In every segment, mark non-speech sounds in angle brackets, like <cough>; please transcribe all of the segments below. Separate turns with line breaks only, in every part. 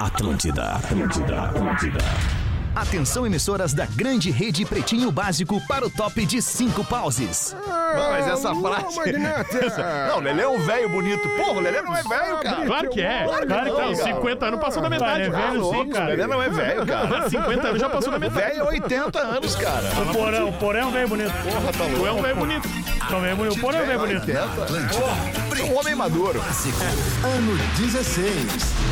Atlântida, Atlântida, Atlântida. Atenção, emissoras da grande rede Pretinho Básico para o top de cinco pauses.
Não, mas essa frase. <laughs> Não, o Lelê é um velho bonito. Porra, o Lelê não é velho, cara.
Claro que é. Claro que
não,
não.
cara.
50 anos passou da
Cara,
metade.
é velho
Ah,
sim,
louco,
cara.
O Lelê não é né? velho, cara.
50 anos já passou da metade.
Velho é 80 anos, cara.
O porão, o porão é um velho bonito.
Porra, tá
Tu
louco.
é um velho bonito.
Então, velho bonito. O porão é um velho bonito.
Ah,
80. Porra, é um homem maduro.
Ano 16.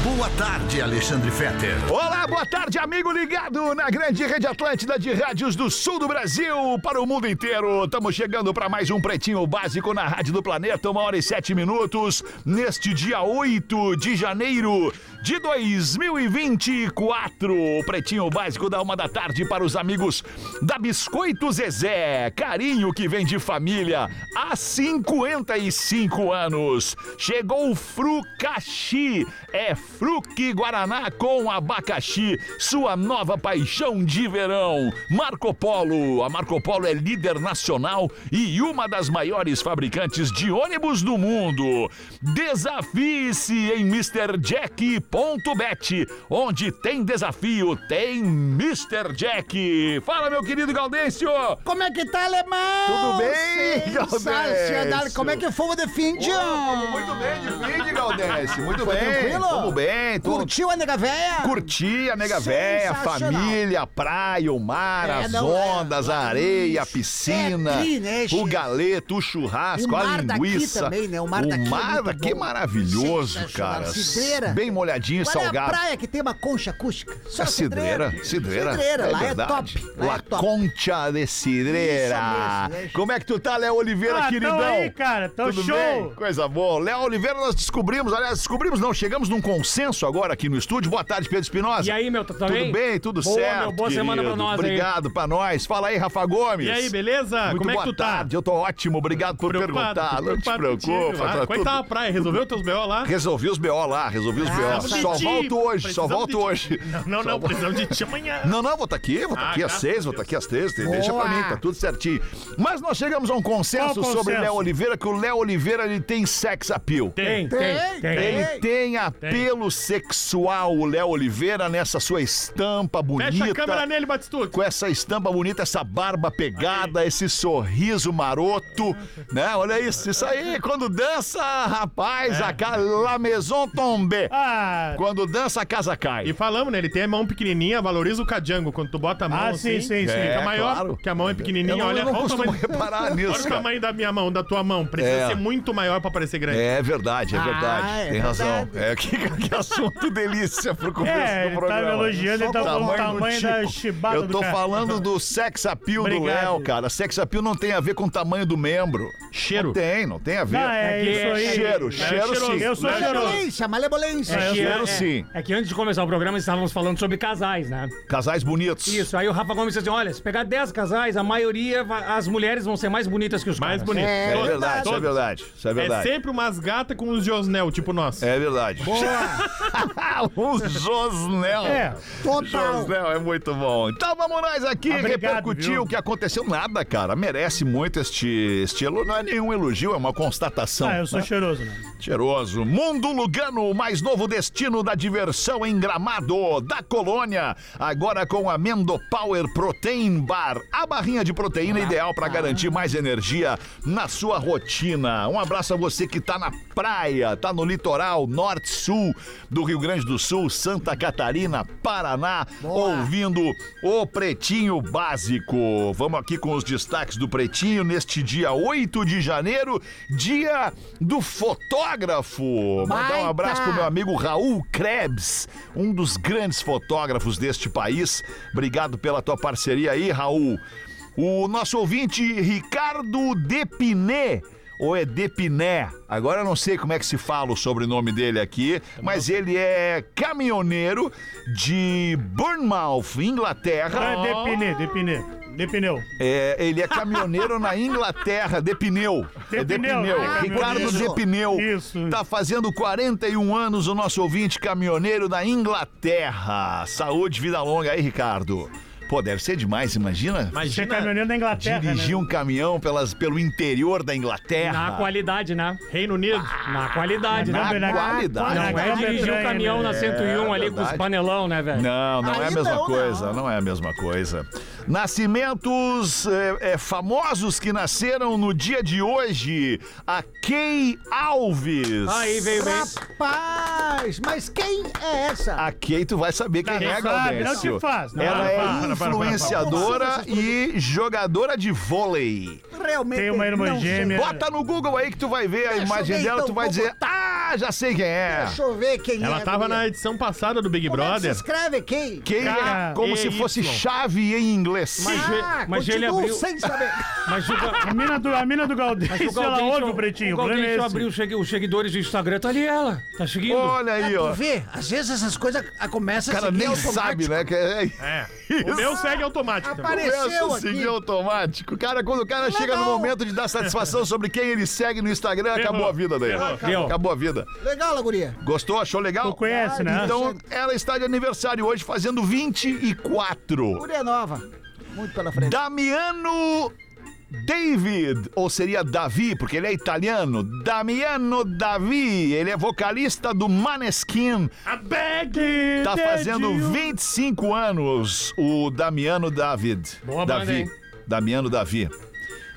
Boa tarde, Alexandre Fetter.
Olá, boa tarde, amigo ligado na grande rede Atlântida de rádios do sul do Brasil para o mundo inteiro. Estamos chegando para mais um Pretinho Básico na Rádio do Planeta, uma hora e sete minutos, neste dia 8 de janeiro de 2024. O Pretinho Básico da uma da tarde para os amigos da Biscoito Zezé. Carinho que vem de família há 55 anos. Chegou o Frucaxi. É Fruque Guaraná com abacaxi, sua nova paixão de verão. Marco Polo. A Marco Polo é líder nacional e uma das maiores fabricantes de ônibus do mundo. Desafie-se em MrJack.bet. Onde tem desafio, tem Mr. Jack. Fala, meu querido Gaudêncio.
Como é que tá, alemão?
Tudo bem, Gaudêncio?
Sensacional. Como é que foi o de fim de ano?
Muito bem, de vídeo, Gaudêncio. Muito
Foi
bem.
tranquilo?
Vamos bem. tô-
Curtiu a nega véia?
Curtir a nega véia, a
Sensacional.
família, a praia, o mar,
É,
as
não é.
ondas, a areia, a piscina,
É tri, né,
o
Chico?
galeto, o churrasco,
O
a
mar daqui
linguiça.
também, né? O mar daqui é muito
daqui é
bom.
maravilhoso,
Sensacional.
cara.
Cidreira.
Bem molhadinho,
Qual é a
salgado.
praia que tem uma concha acústica? Só
a cidreira, cidreira.
Cidreira, lá é
verdade.
top. Lá
La
é top.
Concha de Cidreira.
Isso mesmo, né, Chico?
Como é que tu tá, Léo Oliveira,
Ah, tão
queridão?
aí, cara, tão
Tudo
show.
bem? Coisa boa. Léo Oliveira, nós descobrimos, aliás, descobrimos não, chegamos num consenso agora aqui no estúdio. Boa tarde, Pedro Espinosa.
E aí, meu, tá
Tudo bem, tudo
Boa,
certo.
meu, boa semana
querido.
pra nós aí.
Obrigado pra nós. Fala aí, Rafa Gomes.
E aí, beleza?
Muito
Como é que
boa
tu tá?
tarde, eu tô ótimo, obrigado por
Preocupado?
perguntar. Não te
Preocupado
preocupa,
contigo. Ah,
tá
Como é que
tudo-
tá a praia? Resolveu teus B.O. lá?
Resolvi os BO lá, resolvi os BO.
Precisamos
Só
de ti.
volto hoje, só
Ah, tá Precisamos de
volto
ti.
hoje.
Não, não, precisamos de ti amanhã.
Não, não, vou estar aqui, vou estar
Ah,
aqui às
graças
seis,
a
vou estar
Deus.
aqui às três, te- deixa pra
Boa.
mim, tá tudo certinho. Mas nós chegamos a um consenso,
Qual o
sobre o Léo
consenso?
Oliveira, que o Léo Oliveira ele tem sex appeal.
Tem, tem, tem.
Ele tem apelo sexual, o Léo Oliveira, nessa sua estampa bonita.
Fecha a câmera nele, Batistuta.
com essa estampa bonita, essa barba pegada, esse sorriso maroto, né? Olha isso, isso aí, quando dança, rapaz, a ca- la maison tombe.
É. Ah,
Quando dança, a casa
E
cai.
falamos, né? Ele tem a mão pequenininha, valoriza o cajango. Quando tu bota a mão
ah
assim,
sim, sim, sim.
É,
fica maior,
claro.
que a mão é pequenininha.
Eu não,
olha,
eu não
olha o
costumo
tamanho,
reparar
olha o
nisso, cara.
tamanho da minha mão, da tua mão. Precisa
É.
ser muito maior pra parecer grande.
É verdade, é
Ah,
verdade.
é
Tem razão.
verdade.
É que, que <laughs> assunto delícia pro começo
É,
do
ele
programa.
tá me elogiando, ele tá
Só
falando o
do
tamanho da
tico.
chibata
Eu
do
tô
cara.
falando do sex appeal do
Obrigado.
Léo, cara. Sex appeal não tem a ver com o tamanho do membro.
Cheiro.
Não tem, não tem a ver.
Não, é isso aí.
Cheiro, cheiro
É
cheiroso.
sim. é
Eu sou cheiroso.
Malebolência, malebolência.
É,
que
Cheiro
é-
sim.
É que antes de começar o programa estávamos falando sobre casais, né?
Casais bonitos.
Isso, aí o Rafa Gomes disse assim, olha, se pegar 10 casais, a maioria, va- as mulheres vão ser mais bonitas que os
Mais
caras.
bonito.
É
Todos,
verdade, isso é
todos.
verdade. Isso é
É
verdade.
sempre umas gatas com os Josnel, tipo nós.
É verdade. <laughs> o Josnel.
É,
Total.
Josnel é muito bom. Então vamos nós aqui
Obrigado,
repercutir
viu?
o que aconteceu. Nada, cara. Merece muito este, este elogio. Não é nenhum elogio, é uma constatação.
Ah, eu sou
né?
cheiroso, né?
Cheiroso. Mundo Lugano, o mais novo destino da diversão em Gramado, da Colônia. Agora com Amendo Power Protein Bar. A barrinha de proteína ideal para garantir mais energia na sua rotina. Um abraço a você que tá na praia, tá no litoral norte-sul do Rio Grande do Sul, Santa Catarina, Paraná, ouvindo o Pretinho Básico. Vamos aqui com os destaques do Pretinho neste dia 8 de janeiro, dia do fotógrafo. Mandar um
Baita!
abraço pro meu amigo Raul Krebs, um dos grandes fotógrafos deste país. Obrigado pela tua parceria aí, Raul. O nosso ouvinte Ricardo Depiné. Ou é Depiné? Agora eu não sei como é que se fala o sobrenome dele aqui, mas ele é caminhoneiro de Bournemouth, Inglaterra.
Ah, depine, depine. Depineu.
É, ele é caminhoneiro na Inglaterra, de pneu. É de pneu.
pneu, é caminhoneiro.
Ricardo de
Isso.
pneu.
Isso.
Tá fazendo 41 anos o nosso ouvinte caminhoneiro na Inglaterra. Saúde, vida longa aí, Ricardo. Pô, deve ser demais, imagina.
Você é
Imagina
caminhoneiro da Inglaterra,
Dirigir
né?
um caminhão pelas, pelo interior da
na
Inglaterra.
qualidade, né?
Reino Unido.
Na qualidade,
Na
né?
qualidade.
Não é dirigir o caminhão na 101 ali com os
verdade.
panelão, né, velho?
Não, não é a
Aí
mesma
não,
coisa,
não.
não. é a mesma coisa. Nascimentos é, é, famosos que nasceram no dia de hoje. A Kay Alves.
Aí veio bem.
Rapaz, mas quem é essa?
A Kay, tu vai saber quem
Não,
é,
não sabe,
Gaudêncio.
não te faz, não,
Ela
não,
é
para, para, para, para, para.
influenciadora
Como assim
e jogadora de vôlei.
Realmente.
Tem uma irmã
não sei.
gêmea.
Bota no Google aí que tu vai ver a
Deixa eu
imagem
ver,
dela,
então,
tu vai
vou
dizer,
botar.
ah, já sei quem é.
Deixa eu ver quem é.
Ela tava
guria.
na edição passada do Big
Como é que se
Brother.
escreve quem?
Kay é
K,
como
E,
se fosse
Y.
chave em inglês.
Mas,
Ah,
mas ele
continuo
abriu.
sem saber.
Mas o, Ga-
A mina do, a mina do
mas
Galdêncio, ela ouve o Pretinho.
o
O problema é
Gaudêncio
esse.
abriu os segui- os seguidores do Instagram. Tá ali ela. Tá seguindo.
Olha aí,
É, tu
ó.
vê, às vezes essas coisas ah, começam
O cara
a seguir
nem sabe, né? Que é...
É. O meu segue automático. também.
Apareceu
Começa a
aqui.
seguir automático. Cara, quando o cara chega no
Legal.
momento de dar satisfação sobre quem ele segue no Instagram,
Ferrou.
acabou a vida daí.
Ferrou.
Ferrou.
Acabou a vida.
Legal, a guria.
Gostou? Achou legal?
Tu conhece, né?
Então, ela está de aniversário hoje, fazendo 24.
Guria nova. Muito pela frente.
Damiano David, ou seria Davi, porque ele é italiano. Damiano Davi, ele é vocalista do Maneskin.
A bag
Tá
de
fazendo
Dio.
25 anos o Damiano David.
Boa
Davi.
banda, hein?
Damiano Davi.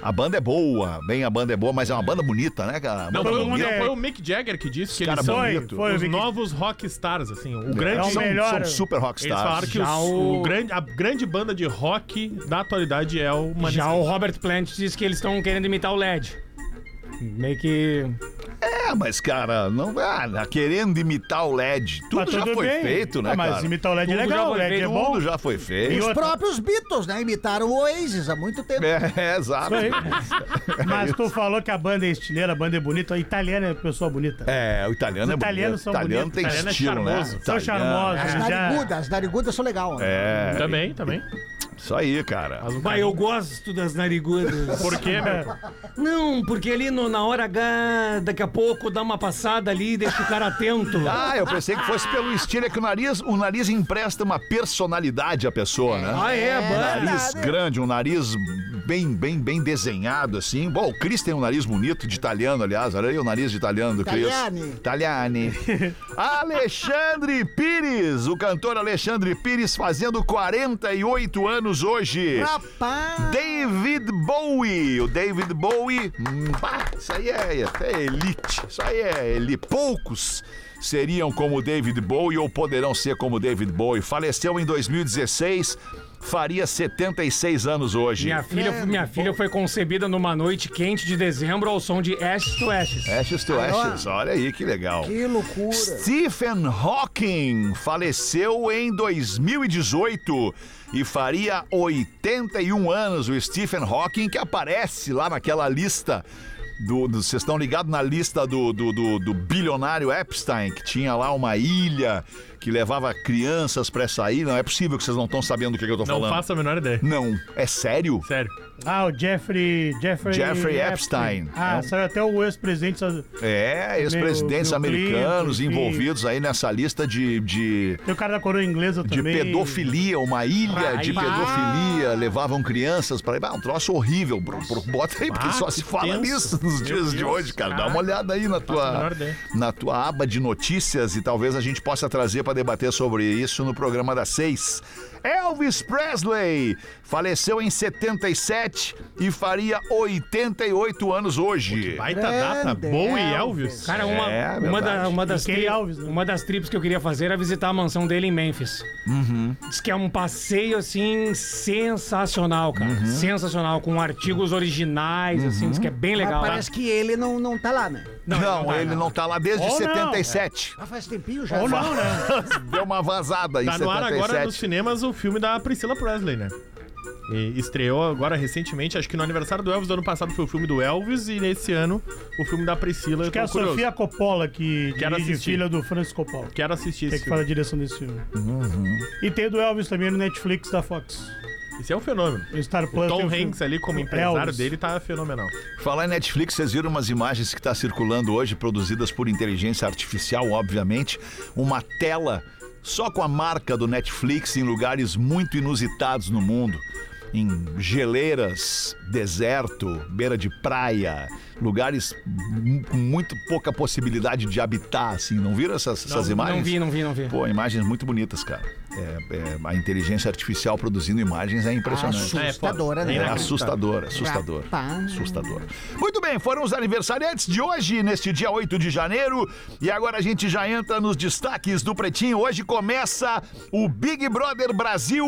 A banda é boa, bem, a banda é boa, mas é uma banda bonita, né, cara?
Não,
Banda
foi, o-
bonita.
é-
foi o Mick Jagger que disse que
Cara,
eles são
Foi,
bonito.
foi o
os
Vicky.
novos rockstars, assim. O grande...
É,
o
são,
melhor.
são super
Eles falaram
rockstars.
que os-
Já
o...
o-
grande, a grande banda de rock da atualidade é o Maneskin.
Já o Robert Plant disse que eles estão querendo imitar o LED. Meio que.
É, mas, cara, não ah, querendo imitar o LED. Tudo
Mas
já foi
bem.
feito, né,
Ah, Mas
cara?
imitar o LED é
Tudo
legal,
já
o
foi
LED é
feito,
bom.
Tudo já foi
E
feito.
Os
outra-
próprios Beatles, né? Imitaram o Oasis há muito tempo.
É, exato.
Isso aí. Mas tu falou que a banda é estileira, a banda é bonita. A italiana é pessoa bonita.
É, o italiano é
Os italianos
bonito.
são
italiano
bonitos,
tem
italiano é
estilo, né?
charmoso.
Tá,
São
Italiano.
charmosos.
As
já-
narigudas, as narigudas são legal. né?
É,
Também, também.
isso aí, cara.
Mas o
Vai, eu gosto das narigudas.
Por quê, meu?
<laughs> Não, porque ali no- na hora H, daqui a pouco dá uma passada ali e deixa o cara atento.
Ah, eu pensei que fosse pelo estilo, é que o nariz, o nariz empresta uma personalidade à pessoa, né?
<laughs> Ah, é,
Um
banda.
nariz grande, um nariz bem, bem, bem desenhado, assim. Bom, o Cris tem um nariz bonito, de italiano, aliás. Olha aí o nariz de italiano do Cris.
Italiani.
Italiani. Alexandre Pires, o cantor Alexandre Pires fazendo 48 anos hoje.
É.
Rapaz!
David Bowie. O David Bowie. hum, pá, isso aí é, é elite. Isso aí é elite. Poucos seriam como o David Bowie ou poderão ser como o David Bowie. Faleceu em 2016. Faria 76 anos hoje.
Minha filha, minha filha foi concebida numa noite quente de dezembro ao som de Ashes to Ashes.
Ashes to Ashes. Olha aí que legal.
Que loucura!
Stephen Hawking faleceu em 2018 e faria 81 anos. O Stephen Hawking que aparece lá naquela lista. do- do- Vocês estão ligados na lista do, do- do- do bilionário Epstein, que tinha lá uma ilha que levava crianças pra essa ilha. Não é possível que vocês não estão sabendo do que, que eu tô
Não
falando.
faço a menor ideia.
Não, é sério?
Sério.
Ah, o Jeffrey. Jeffrey,
Jeffrey Epstein.
Ah,
É um-
saiu até o ex-presidente. dos-
É, ex-presidentes
meu Clinton,
americanos
sim.
envolvidos aí nessa lista de- de
Tem o cara da coroa inglesa
de
também.
pedofilia, uma ilha de
Ai,
pedofilia, levavam crianças para ah, um troço horrível, bro, bro, bota aí porque
Ah,
só
que
se fala
tenso.
nisso nos
Meu
dias de
Deus,
hoje, cara. Dá
cara.
uma olhada aí na
a
tua
menor ideia.
na tua aba de notícias e talvez a gente possa trazer para debater sobre isso no programa das seis. Elvis Presley faleceu em 77 e faria 88 anos hoje.
Baita data.
Grande
Boa e
Elvis.
Elvis.
Cara, uma,
É,
uma,
verdade.
da- uma das
E Kay
tri-
Alves, né?
uma das trips que eu queria fazer era visitar a mansão dele em Memphis.
Uhum.
Diz que é um passeio, assim, sensacional, cara.
Uhum.
Sensacional, com artigos originais, assim, diz que é bem
Mas
legal.
né?
parece que ele não, não tá lá, né?
Não, ele não tá lá desde
Ou não.
77.
Ah, faz tempinho já.
Oh,
Ou não, né?
Deu uma vazada em
É. Tá no ar
77.
agora nos cinemas o filme da Priscila Presley, né? E estreou agora recentemente, acho que no aniversário do Elvis do ano passado foi o filme do Elvis e nesse ano o filme da Priscila.
Acho que é
eu
a
tô curioso.
Sofia Coppola que
Quero
dirige
assistir.
filha do Francis Coppola.
Quero assistir
Tem
esse
que falar a
filme.
direção desse filme.
Uhum.
E tem do Elvis também no Netflix da Fox.
Esse é um fenômeno.
O Star Plus.
O Tom
tem filme.
Hanks ali como empresário
Elvis.
dele tá fenomenal.
Falar em Netflix, vocês viram umas imagens que tá está circulando hoje, produzidas por inteligência artificial, obviamente. Uma tela só com a marca do Netflix em lugares muito inusitados no mundo. Em geleiras, deserto, beira de praia, lugares mu- com muito pouca possibilidade de habitar, assim. Não viram essas, essas imagens?
Não vi, não vi, não vi.
Pô, imagens muito bonitas, cara. É- é, a inteligência artificial produzindo imagens é impressionante.
Ah,
Assustadora, né?
É assustador, assustador.
Rapaz.
Assustador. Muito bem, foram os aniversariantes de hoje, neste dia 8 de janeiro. E agora a gente já entra nos destaques do Pretinho. Hoje começa o Big Brother Brasil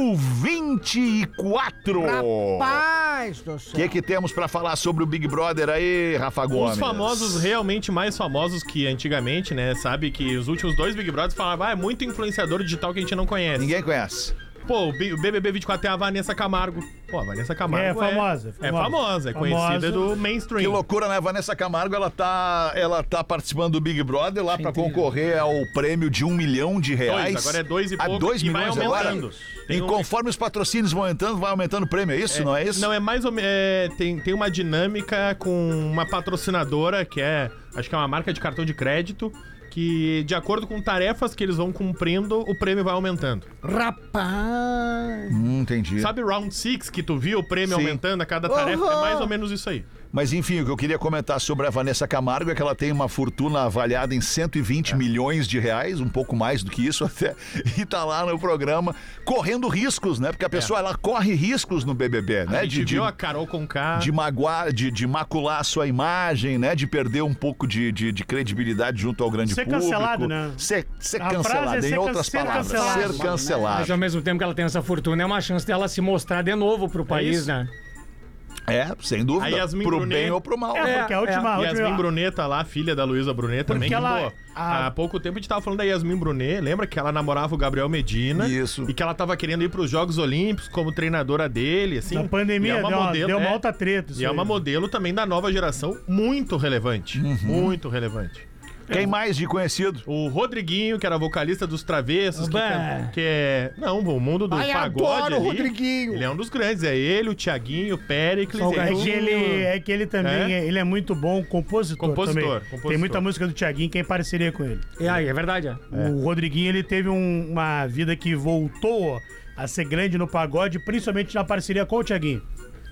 24. O
Rapaz do céu.
é
que, que temos pra falar sobre o Big Brother aí, Rafa Gomes?
Os famosos, realmente mais famosos que antigamente, né? Sabe que os últimos dois Big Brothers falavam, ah, é muito influenciador digital que a gente não conhece.
Ninguém conhece.
Pô, o B- o BBB 24 tem a Vanessa Camargo. Pô, a Vanessa Camargo
É,
é
famosa,
É
famosa.
famosa, é
Famosa.
conhecida do
Que
mainstream.
loucura, né? Vanessa Camargo, ela tá, ela tá participando do Big Brother lá pra concorrer ao prêmio de um milhão de reais.
Dois, agora é dois e
a
pouco,
dois
e vai
milhões
aumentando.
agora.
Tem
E
um-
conforme os patrocínios vão entrando, vai aumentando o prêmio, é isso? não é isso?
Não, é mais ou menos. É, tem, tem uma dinâmica com uma patrocinadora que é. Acho que é uma marca de cartão de crédito. Que de acordo com tarefas que eles vão cumprindo, o prêmio vai aumentando.
Rapaz.
Hum, entendi.
Sabe Round Six que tu viu o prêmio
Sim.
aumentando a cada tarefa?
Uhum.
É mais ou menos isso aí.
Mas enfim, o que eu queria comentar sobre a Vanessa Camargo é que ela tem uma fortuna avaliada em 120
É.
milhões de reais, um pouco mais do que isso <laughs> até, e tá lá no programa correndo riscos, né? Porque a pessoa, ela corre riscos no BBB, né?
É. a gente viu a Carol Conká.
de magoar, de, de macular a sua imagem, né? De perder um pouco de, de, de credibilidade junto ao grande
Ser
público.
cancelado, né?
Ser, ser
A frase é
cancelado, em
ser
outras
can- ser
palavras.
cancelado.
Ser
Mas
cancelado.
ao mesmo tempo que ela tem essa fortuna, é uma chance dela se mostrar de novo pro país,
isso.
né?
É, sem dúvida.
A Yasmin
pro
Brunet-
bem ou pro mal.
É, porque a última. a última-
Yasmin Brunet tá lá, filha da Luísa Brunet também. que,
ela-
pô, Há pouco tempo a gente tava falando da Yasmin Brunet, lembra que ela namorava o Gabriel Medina.
Isso.
E que ela tava querendo ir pros Jogos Olímpicos como treinadora dele, assim.
Na pandemia
E é uma
deu, uma-
modelo,
deu uma
é.
alta treta. isso
E é
aí.
uma modelo também da nova geração, muito relevante.
Uhum.
Muito relevante.
Quem mais de conhecido?
O Rodriguinho, que era vocalista dos Travessos, que,
Bah.
can- que é. Não, o mundo do
Ai,
pagode.
adoro
ali,
o Rodriguinho.
Ele é um dos grandes. É ele, o Tiaguinho, o Péricles.
Só o
é
É
gatinho.
o-
que, ele, é que ele também
É?
é, ele é muito bom compositor.
Compositor,
também.
compositor.
Tem muita música do Thiaguinho que é em parceria com ele.
É aí, é verdade. É.
O Rodriguinho ele teve um- uma vida que voltou a ser grande no pagode, principalmente na parceria com o Thiaguinho.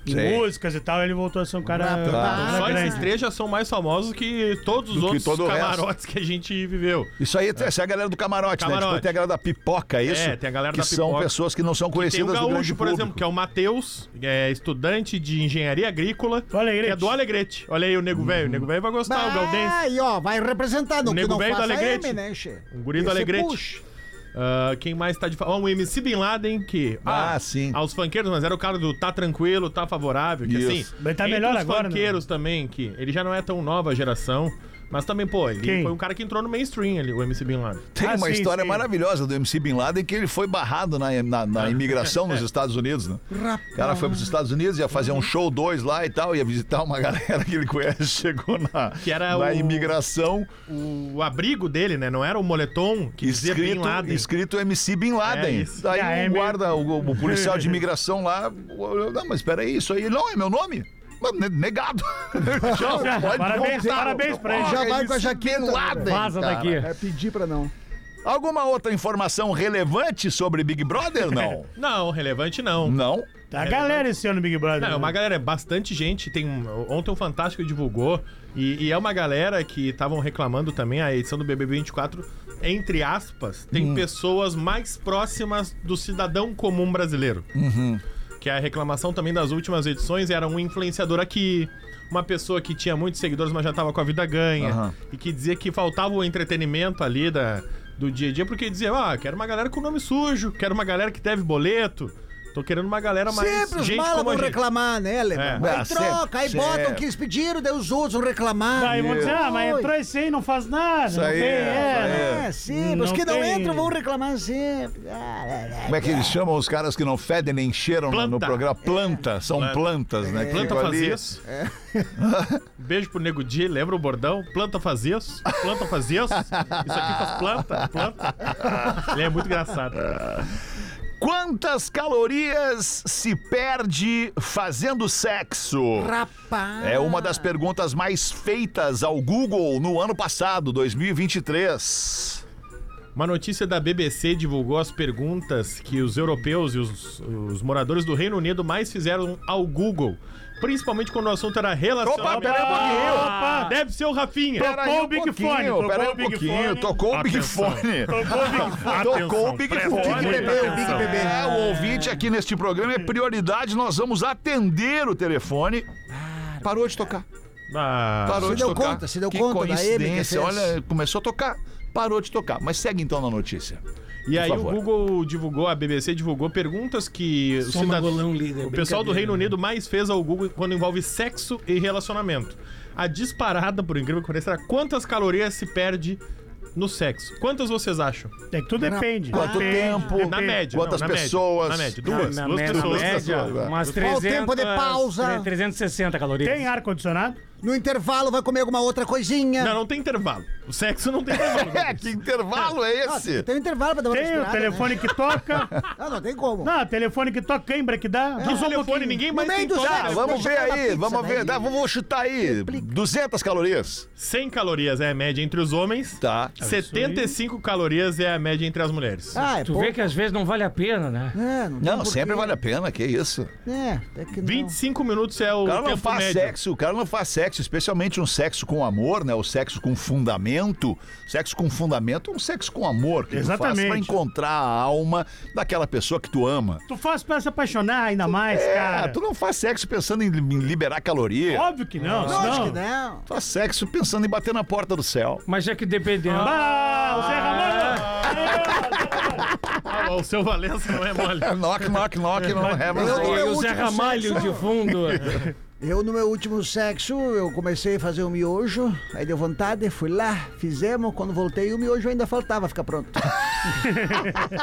Em
Sei.
músicas e tal, ele voltou a ser um cara, um cara
Ah, tá. Só esses
grande.
três já são mais famosos que todos os
Do que
outros
todo o
camarotes que a gente viveu.
Isso aí, essa é a galera do camarote, né?
Camarote.
Tipo, tem a galera da pipoca, é isso?
É, tem a galera
que
da
são
pipoca.
pessoas que não são
Tem o
conhecidas do grande
Gaúcho, por
público.
exemplo, que é o Matheus, é estudante de engenharia agrícola.
Do Alegrete.
Que é do Alegrete. Olha aí o Nego Velho. O
Uhum.
Nego Velho vai gostar, o Galdense.
Aí, ó, vai representando.
O
O que
Um nego
não
velho do
faça
Alegrete.
M, né, che?
Um guri do
Esse
Alegrete.
puxa.
Ah, quem mais tá de. fa- Ó, um MC Bin Laden, que.
Ah, sim.
Aos funkeiros, mas era o cara do tá tranquilo, tá favorável, que
Isso.
assim.
Mas tá
entre
melhor
os
agora, né?
funkeiros também, que ele já não é tão nova geração. Mas também, pô, ele
Quem?
foi um cara que entrou no mainstream ali, o MC Bin Laden.
Tem
Ah,
uma
sim,
história
sim.
maravilhosa do MC Bin Laden que ele foi barrado na, na, na imigração nos Estados Unidos, né? O cara foi para os Estados Unidos, ia fazer um show dois lá e tal, ia visitar uma <laughs> galera que ele conhece, chegou na,
Que era
na
o-
imigração,
O abrigo dele, né? Não era o moletom que dizia Bin
escrito,
Laden.
escrito MC Bin Laden.
É isso.
Daí
Ah, é
o
mesmo.
guarda, o, o policial de imigração lá, olhou, não, mas espera aí, isso aí não é meu nome? Mas ne- Negado. Não, pode
Parabéns,
voltar.
parabéns pra ele.
Porra,
Já vai com a
MC
jaqueta,
Bin
né?
Laden,
Vaza
cara.
daqui.
É pedir pra não.
Alguma outra informação relevante sobre Big Brother? Não.
É, Não, relevante não.
Não.
Tá a galera esse ano, Big Brother.
Não, é
né?
uma galera, é bastante gente. Tem um- ontem o Fantástico divulgou e, e é uma galera que estavam reclamando também a edição do BBB 24. Entre aspas, tem pessoas mais próximas do cidadão comum brasileiro. Que a reclamação também das últimas edições era um influenciador aqui, uma pessoa que tinha muitos seguidores, mas já tava com a vida ganha.
Aham.
E que dizia que faltava o entretenimento ali da, do dia a dia, porque dizia, ah, quero uma galera com nome sujo, quero uma galera que deve boleto. Tô querendo uma galera mais.
Sempre os
gente
malas
como a
vão
gente.
reclamar, né, Alemão?
É.
Aí
Ah, sempre,
troca, aí botam
sempre.
o que eles pediram, daí os outros vão reclamar.
Aí vão dizer, ah, mas entrou esse aí, não faz nada.
Isso
não
aí,
tem,
isso aí.
é,
É, sim, os
Não
que não
tem-
entram vão reclamar sempre. Ah, é, é.
Como é que eles chamam os caras que não fedem nem cheiram no- no
Planta. É.
programa? Planta, são plantas, né? que
Planta
ficam
faz
ali. É.
isso. <laughs> Beijo pro Nego Di, lembra o bordão? Planta faz isso, planta faz isso. Isso aqui faz planta, planta. Ele é muito engraçado.
Quantas calorias se perde fazendo sexo?
Rapaz.
É uma das perguntas mais feitas ao Google no ano passado, 2023.
Uma notícia da BBC divulgou as perguntas que os europeus e os, os moradores do Reino Unido mais fizeram ao Google. Principalmente quando o assunto era relacionamento.
Opa, peraí um pouquinho.
Opa, deve ser o Rafinha.
Peraí
Tocou
um
o Big
pouquinho,
Fone, tocou
Peraí
o
um
Big
pouquinho.
Fone.
Tocou o Big
Atenção.
Fone.
Atenção,
<laughs>
Tocou o Big
presta
Fone.
muita
Big
atenção.
Bebê. É, o ouvinte aqui neste programa é prioridade. Nós vamos atender o telefone. Parou de tocar.
Ah,
Parou
Se
de
deu
tocar.
conta, se deu
que
conta da M que
coincidência.
fez.
Olha, começou a tocar, parou de tocar. Mas segue então na notícia.
E aí
favor.
o Google divulgou, a BBC divulgou perguntas que o,
Só
cidad-
mangolão líder,
o pessoal do
é brincadeira. né?
Reino Unido mais fez ao Google quando envolve sexo e relacionamento. A disparada, por incrível que pareça, era quantas calorias se perde no sexo. Quantas vocês acham?
É que tudo depende.
Quanto
Depende,
tempo?
Na
depende.
média.
Quantas
na média,
pessoas?
na média. Duas.
Na,
duas
me- na
pessoas.
média,
pessoas,
umas
Qual o
300...
tempo de pausa?
tre- 360 calorias.
Tem ar-condicionado?
No intervalo vai comer alguma outra coisinha.
Não, não tem intervalo. O sexo não tem intervalo.
É, que intervalo é
Ah,
esse?
Tem um intervalo pra dar uma
Tem o
respirada,
telefone que toca.
Né? Ah, não tem como.
Não, telefone que toca, cãibra que dá.
No
Diz um
telefone,
pouquinho.
ninguém
No
mais
meio
tem
do
toque.
sexo.
Ah, vamos ver
Deixa eu
aí,
pizza,
vamos
né?
ver. Dá, vamos chutar aí. 200 calorias.
100 calorias é a média entre os homens.
Tá.
75 calorias é a média entre as mulheres.
Ah, é
Tu
pouco.
vê que às vezes não vale a pena, né?
É, não,
Não, sempre vale a pena, que isso.
pena. É, é que não.
25 minutos é o
O cara não
tempo
faz
médio.
sexo, o cara não faz sexo, especialmente um sexo com amor, né? O sexo com fundamento. Sexo com fundamento é um sexo com amor que tu faz
Exatamente.
pra encontrar a alma daquela pessoa que tu ama.
Tu faz pra se apaixonar ainda mais,
Ah,
cara.
tu não faz sexo pensando em em liberar caloria.
Óbvio que não.
Lógico que
não.
não.
Tu faz sexo pensando em bater na porta do céu.
Mas é que dependendo.
Ah, o Zé é Ramalho.
Ah, o seu Valença não
<laughs>
é mole.
Knock, knock, knock, não have
Eu-
a-
eu-
e ah, o
último
Zé Ramalho
sexo.
de fundo.
Eu, no meu último sexo, eu comecei a fazer um miojo, aí deu vontade, fui lá, fizemos. Quando voltei, o miojo ainda faltava ficar
<laughs>
pronto.
<laughs>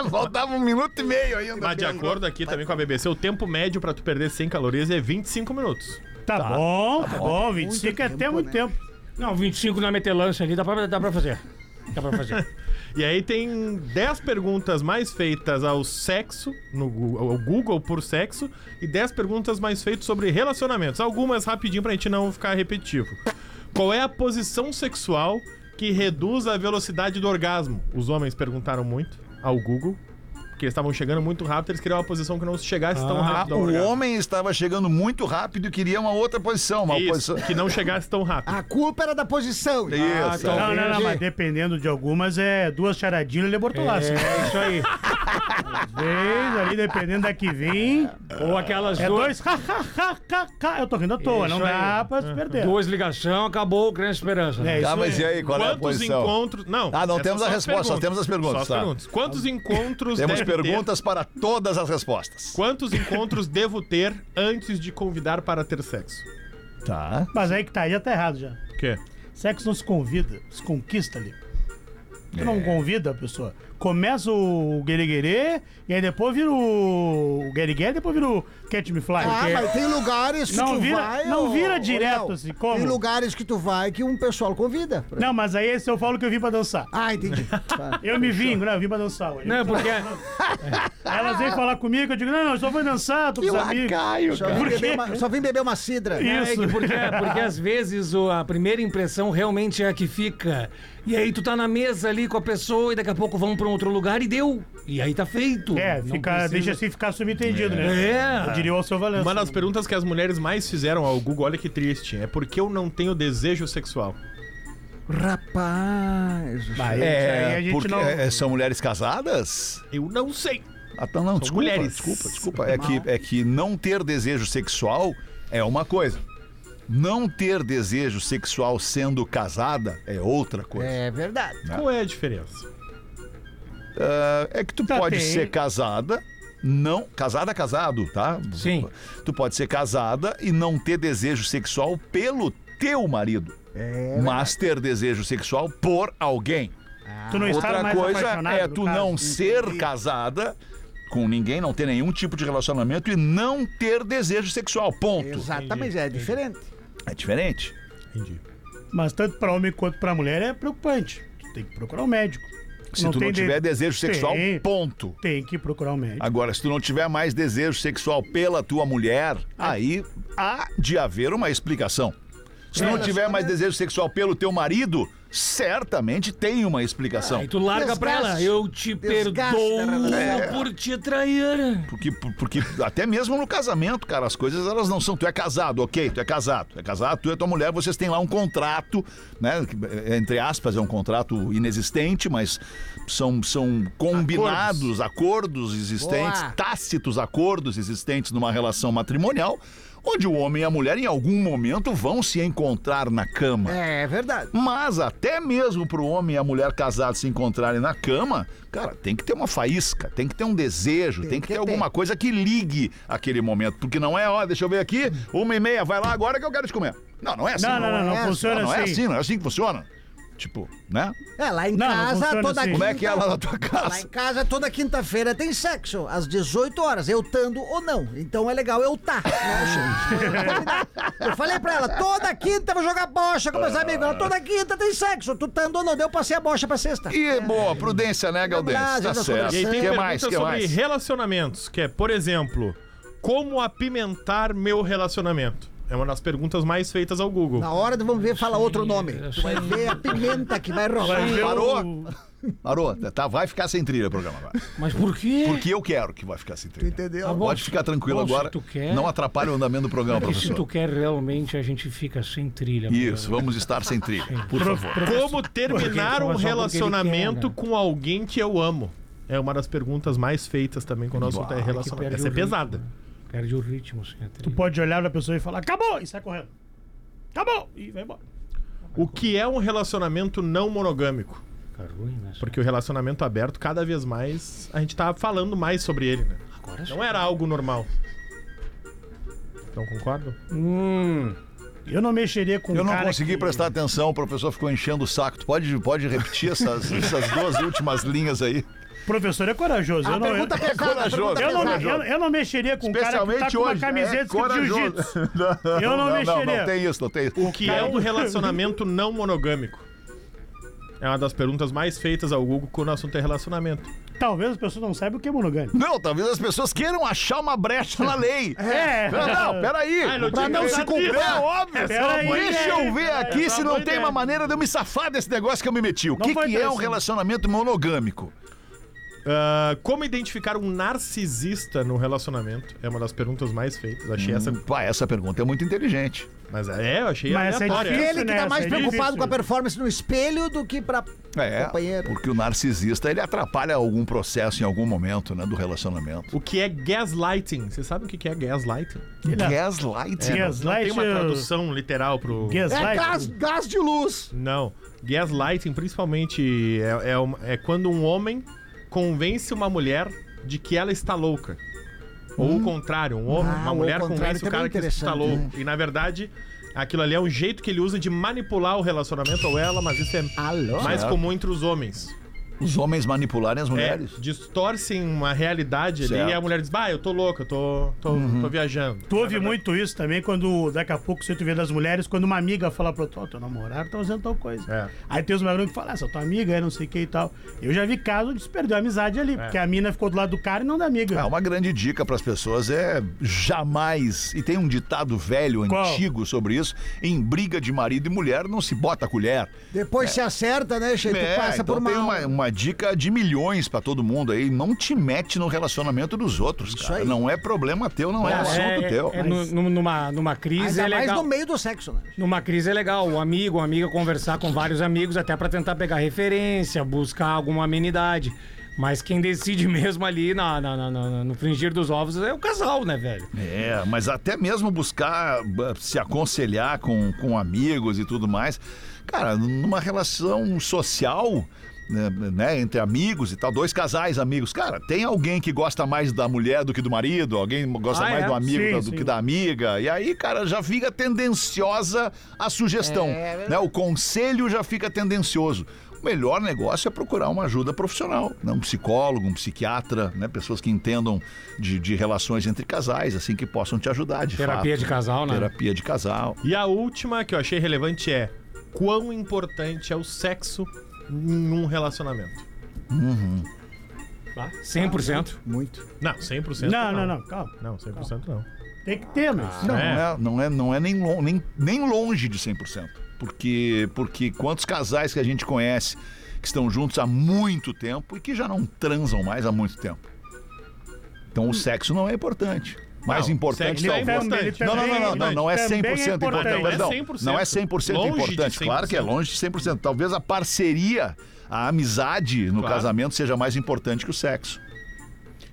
Faltava um minuto e meio ainda.
Mas de acordo aqui também com a BBC, o tempo médio pra tu perder 100 calorias é 25 minutos.
Tá, bom, tá bom. 25 é até
tempo,
muito
né?
tempo.
Não, 25 na metelância ali, dá pra, dá pra fazer. Dá pra fazer.
E aí tem 10 perguntas mais feitas ao sexo, no Gu- ao Google por sexo, e 10 perguntas mais feitas sobre relacionamentos. Algumas rapidinho pra gente não ficar repetitivo. Qual é a posição sexual que reduz a velocidade do orgasmo? Os homens perguntaram muito ao Google, porque eles estavam chegando muito rápido, eles queriam uma posição que não chegasse tão
Ah,
rápido ao
o
orgasmo.
homem estava chegando muito rápido e queria uma outra posição, uma
Isso, Ah,
posição.
que não chegasse tão rápido.
A
Ah,
culpa era da posição.
Isso.
então-
Não, não, não,
Entendi.
mas dependendo de algumas, é duas charadinhas e lebortulaço.
É isso aí.
Três ali, dependendo da que vim.
Ou aquelas
É
duas,
dois, ha, ha, ha, ha, ha. Eu tô rindo à toa, não
Isso aí.
dá pra se perder.
duas ligação, acabou o Grande Esperança. né?
É isso
Tá, mas e
aí.
aí, qual é a
Quantos
posição?
encontros. Não.
Ah, não
essas
temos
são
a
as
resposta, só temos as perguntas,
Só as
tá.
perguntas. Quantos encontros
Temos
deve ter-
perguntas para todas as respostas.
Quantos encontros devo ter antes de convidar para ter sexo?
Tá.
Mas aí que tá, aí já tá errado já.
O quê?
Sexo não se convida, se conquista ali. Tu
É.
não convida a pessoa. Começa o gueriguerê, e aí depois vira o, o gueriguerê, depois vira o catch me fly.
Ah, mas tem lugares que
Não
tu
vira-
vai.
não
ô-
vira
ô,
direto,
Léo.
assim, como?
Tem lugares que tu vai que um pessoal convida.
Não, mas aí esse eu falo que eu vim pra dançar.
Ah,
<laughs>
entendi. Tá.
Eu me vingo, né? Eu vim pra dançar hoje.
Não, porque
Aí Elas vêm falar comigo, eu digo, não, eu só vou dançar, tô com os amigos.
Só vim, beber uma, só vim beber uma cidra.
Isso.
É, porque, porque às vezes o- a primeira impressão realmente é a que fica. E aí tu tá na mesa ali com a pessoa e daqui a pouco vão pra um outro lugar e deu. E aí tá feito.
É,
Não
fica,
precisa-
deixa assim ficar subentendido, né?
É.
Eu diria o seu Valença.
Uma das perguntas que as mulheres mais fizeram ao Google, olha que triste, é por que eu não tenho desejo sexual?
Rapaz.
Bah, isso aí a
É,
gente
porque
não...
é, são mulheres casadas?
Eu não sei.
Ah, tá, não, desculpa,
mulheres.
desculpa, desculpa. É que, é que não ter desejo sexual é uma coisa. Não ter desejo sexual sendo casada é outra coisa.
É verdade.
Qual é a diferença?
Ah, É, que tu
Tá,
pode
tem.
ser casada, não. Casada, casado, tá?
Sim.
Tu pode ser casada e não ter desejo sexual pelo teu marido.
É
mas ter desejo sexual por alguém.
Tu não está
Outra
mais
coisa
apaixonado,
é
no
tu
caso.
não ser casada com ninguém, não ter nenhum tipo de relacionamento e não ter desejo sexual. Ponto.
Exatamente, é diferente.
É diferente.
Entendi.
Mas tanto pra homem quanto pra mulher é preocupante. Tu tem que procurar um médico.
Se tu não
de-
tiver desejo sexual,
Tem.
ponto.
Tem que procurar um médico.
Agora, se tu não tiver mais desejo sexual pela tua mulher,
Ah.
aí
É.
há de haver uma explicação. Se não tiver mais desejo sexual pelo teu marido, certamente tem uma explicação.
Aí tu larga pra ela,
Desgaste.
eu te
Desgaste
perdoo É.
da relação.
por te trair.
Porque, porque até mesmo no casamento, cara, as coisas elas não são. Tu é casado, ok, tu é casado. Tu é casado, tu e a tua mulher, vocês têm lá um contrato, né? que, eh, Entre aspas, é um contrato inexistente, mas são, são combinados, acordos, existentes,
Boa.
tácitos acordos existentes numa relação matrimonial, onde o homem e a mulher, em algum momento, vão se encontrar na cama.
É verdade.
Mas até mesmo pro homem e a mulher casados se encontrarem na cama, cara, tem que ter uma faísca, tem que ter um desejo, tem, que ter alguma coisa que ligue aquele momento. Porque não é, ó, deixa eu ver aqui, uma e meia, vai lá agora que eu quero te comer. Não, não é assim.
Não, não, não, não,
é
funciona
não é
assim.
assim, não é assim que funciona. Tipo, né?
É, lá em
Não, não
casa,
funciona
toda quinta...
assim.
Como é que é lá na tua
Lá em
casa?
casa, toda quinta-feira tem sexo, às 18 horas, eu tando ou não. Então é legal eu tá. né, gente? eu falei pra ela, toda quinta eu vou jogar bocha com
Ah.
meus amigos. Ela, toda quinta tem sexo, tu tando ou não. Daí eu passei a bocha pra sexta.
E boa, prudência, né,
lá,
Galdense? Tá
às vezes
certo.
as
E aí tem
que
pergunta
mais? que
sobre
mais?
relacionamentos, que é, por exemplo, como apimentar meu relacionamento? É uma das perguntas mais feitas ao Google.
Na hora do vamos ver, fala outro nome. Tu vai ver a pimenta que vai rolar.
Parou? Parou, tá, vai ficar sem trilha o programa <laughs> agora.
Mas por quê?
Porque eu quero que vai ficar sem trilha.
Entendeu?
Tá bom,
Pode
se-
ficar tranquilo
bom, se
agora.
tu quer.
Não atrapalha o andamento do programa,
E se tu
professor.
quer realmente, a gente fica sem trilha.
Isso, vamos estar sem trilha, por favor.
Como
Porque-
terminar um
mas só porque ele
relacionamento
quer, né?
com alguém que eu amo? É uma das perguntas mais feitas também quando o assunto é relacionamento. Essa é pesada.
né? Perde o ritmo, sem a trilha.
Tu pode olhar pra pessoa e falar, acabou! E sai correndo. Acabou! E vai embora.
O que é um relacionamento não monogâmico?
Fica ruim, né?
Porque o relacionamento aberto, cada vez mais, a gente tá falando mais sobre ele, né?
Agora sim.
Não era algo normal. Não concordo?
Hum,
Eu não mexeria com
Eu
um
não
cara
consegui
que-
prestar atenção, o professor ficou enchendo o saco. Tu pode, pode repetir essas, essas duas últimas linhas aí?
Professor é corajoso. Eu não, eu,
Pergunta pesada,
corajoso.
pergunta
eu não,
pesada.
me- eu, eu não mexeria com um cara que tá
Especialmente
com uma
hoje. é né?
camiseta escrito jiu-jitsu.
não,
Eu não
não,
mexeria.
não tem isso, não tem isso.
O que é um relacionamento não monogâmico? É uma das perguntas mais feitas ao Google quando o assunto é relacionamento.
Talvez as pessoas não saibam o que é monogâmico.
Não, talvez as pessoas queiram achar uma brecha na lei.
É.
Não, não, peraí.
Ah, não
pra
tinha
não se
pensado
comprar,
nisso.
óbvio.
Peraí,
Deixa
é,
eu ver
é,
aqui
é
se
uma
não
boa
tem
ideia.
uma maneira de eu me safar desse negócio que eu me meti. O
Não
que,
foi
que é um
interessante.
relacionamento monogâmico?
Ah, como identificar um narcisista no relacionamento? É uma das perguntas mais feitas.
Hum.
Achei essa.
Pá, essa pergunta é muito inteligente.
Mas é, eu achei
Mas essa é
aleatória.
difícil.
Ele que tá
Nessa,
mais
é
preocupado
difícil.
com a performance no espelho do que pra
É,
companheiro.
porque o narcisista ele atrapalha algum processo em algum momento, né, do relacionamento.
O que é gaslighting? Você sabe o que que é gaslighting?
Gaslighting.
Tem
Gaslight.
uma tradução literal pro.
É
Gaslight.
gás, gás de luz.
Não. Gaslighting, principalmente, é, é um- é quando um homem convence uma mulher de que ela está louca. Ou o contrário, um homem,
Ah,
uma
ou o
mulher
contrário
convence o
também é
cara que está
interessante,
louco. E na verdade, aquilo ali é um jeito que ele usa de manipular o relacionamento ou ela, mas isso é
Alô?
mais
Certo.
comum entre os homens.
Os homens manipularem as
É,
mulheres.
distorcem uma realidade ali
Certo. Uhum.
e a mulher diz: Bah, eu tô louca, eu tô, tô, tô viajando.
Tu ouve muito isso também quando, daqui a pouco, você tu vê das mulheres, quando uma amiga fala pro outro, ó, teu namorado tá usando tal coisa.
É.
Aí tem os magrões que falam, ah, essa tua amiga é não sei o que e tal. Eu já vi caso de se perdeu a amizade ali, porque a mina ficou do lado do cara e não da amiga.
Ah, uma grande dica para as pessoas é jamais. E tem um ditado velho,
Qual?
antigo sobre isso: em briga de marido e mulher não se bota a colher.
Depois se acerta, né, Che?
É,
tu passa
então
por uma...
tem uma, uma dica de milhões para todo mundo aí. Não te mete no relacionamento dos outros, cara.
aí.
Não é problema teu, não é,
cara,
assunto
é-
teu.
é nu- nu- numa, numa crise
Ainda
é
mais
legal.
no meio do sexo, né?
Numa crise é legal, o amigo, a amiga conversar com vários amigos até pra tentar pegar referência, buscar alguma amenidade. Mas quem decide <laughs> mesmo ali na, na- na- na- no fringir dos ovos é o casal, né, velho?
É, mas até mesmo buscar b- se aconselhar com, com amigos e tudo mais. Cara, numa relação social, né, né, entre amigos e tal, dois casais amigos. Cara, tem alguém que gosta mais da mulher do que do marido, alguém gosta
Ah,
mais
é?
do amigo
Sim,
da- do
sim.
que da amiga. E aí, cara, já fica tendenciosa a sugestão. né? O conselho já fica tendencioso. O melhor negócio é procurar uma ajuda profissional, né? um psicólogo, um psiquiatra, né? pessoas que entendam de, de relações entre casais, assim, que possam te ajudar, de
Terapia
fato.
de casal, né?
Terapia de casal.
E a última que eu achei relevante é quão importante é o sexo em um relacionamento.
Tá? 100%.
Muito.
Não, 100%
Não, não, não, calma.
Não, 100% não.
Tem que ter, mas.
Não
É.
é, não é, não é nem, lon- nem, nem longe de 100%. Porque, porque quantos casais que a gente conhece que estão juntos há muito tempo e que já não transam mais há muito tempo. Então o sexo não é importante. Mais
Não,
importante
sexo é
talvez.
importante.
Não, não, não, não, não, não é 100%
Também é
importante,
importante.
perdão.
Não é 100%.
Não é 100%
Longe de
importante, claro que é
100%.
longe de 100%. Talvez a parceria, a amizade no
Claro.
casamento seja mais importante que o sexo.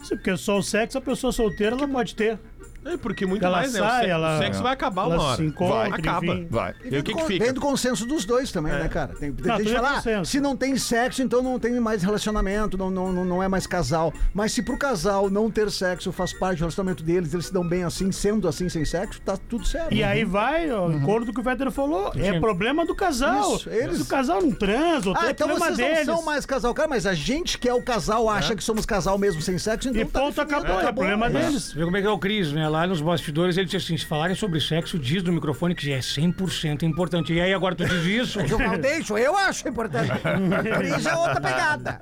Isso porque só o sexo a pessoa solteira ela pode ter.
É, porque muito
Ela
mais, né? o
sai,
sexo,
ela-
o sexo vai acabar
ela
uma hora.
se encontra,
vai, acaba.
enfim.
Vai.
E o que que
con-
fica?
Vem do consenso dos dois também, né, cara? Tem, tem
Não,
gente
tudo
que
é
fala, ah,
consenso.
se não tem sexo, então não tem mais relacionamento, não, não, não, não é mais casal. Mas se pro casal não ter sexo faz parte do relacionamento deles, eles se dão bem assim, sendo assim, sem sexo, tá tudo certo.
E aí vai, ó, em cor do que o Federer falou, é problema do casal.
Isso, eles-
Se o casal não transa,
Ah,
é
então
problema
vocês
deles.
não são mais casal, cara, mas a gente que é o casal acha que somos casal mesmo sem sexo, então
E
tá
ponto,
definido,
acabou, é
acabou.
problema deles.
Você vê como é que é o Cris, né? Lá nos bastidores ele disse assim: se falarem sobre sexo, diz no microfone que é 100% importante. E aí agora tu diz isso?
Eu não deixo, eu acho
<laughs>
importante. Cris é outra pegada.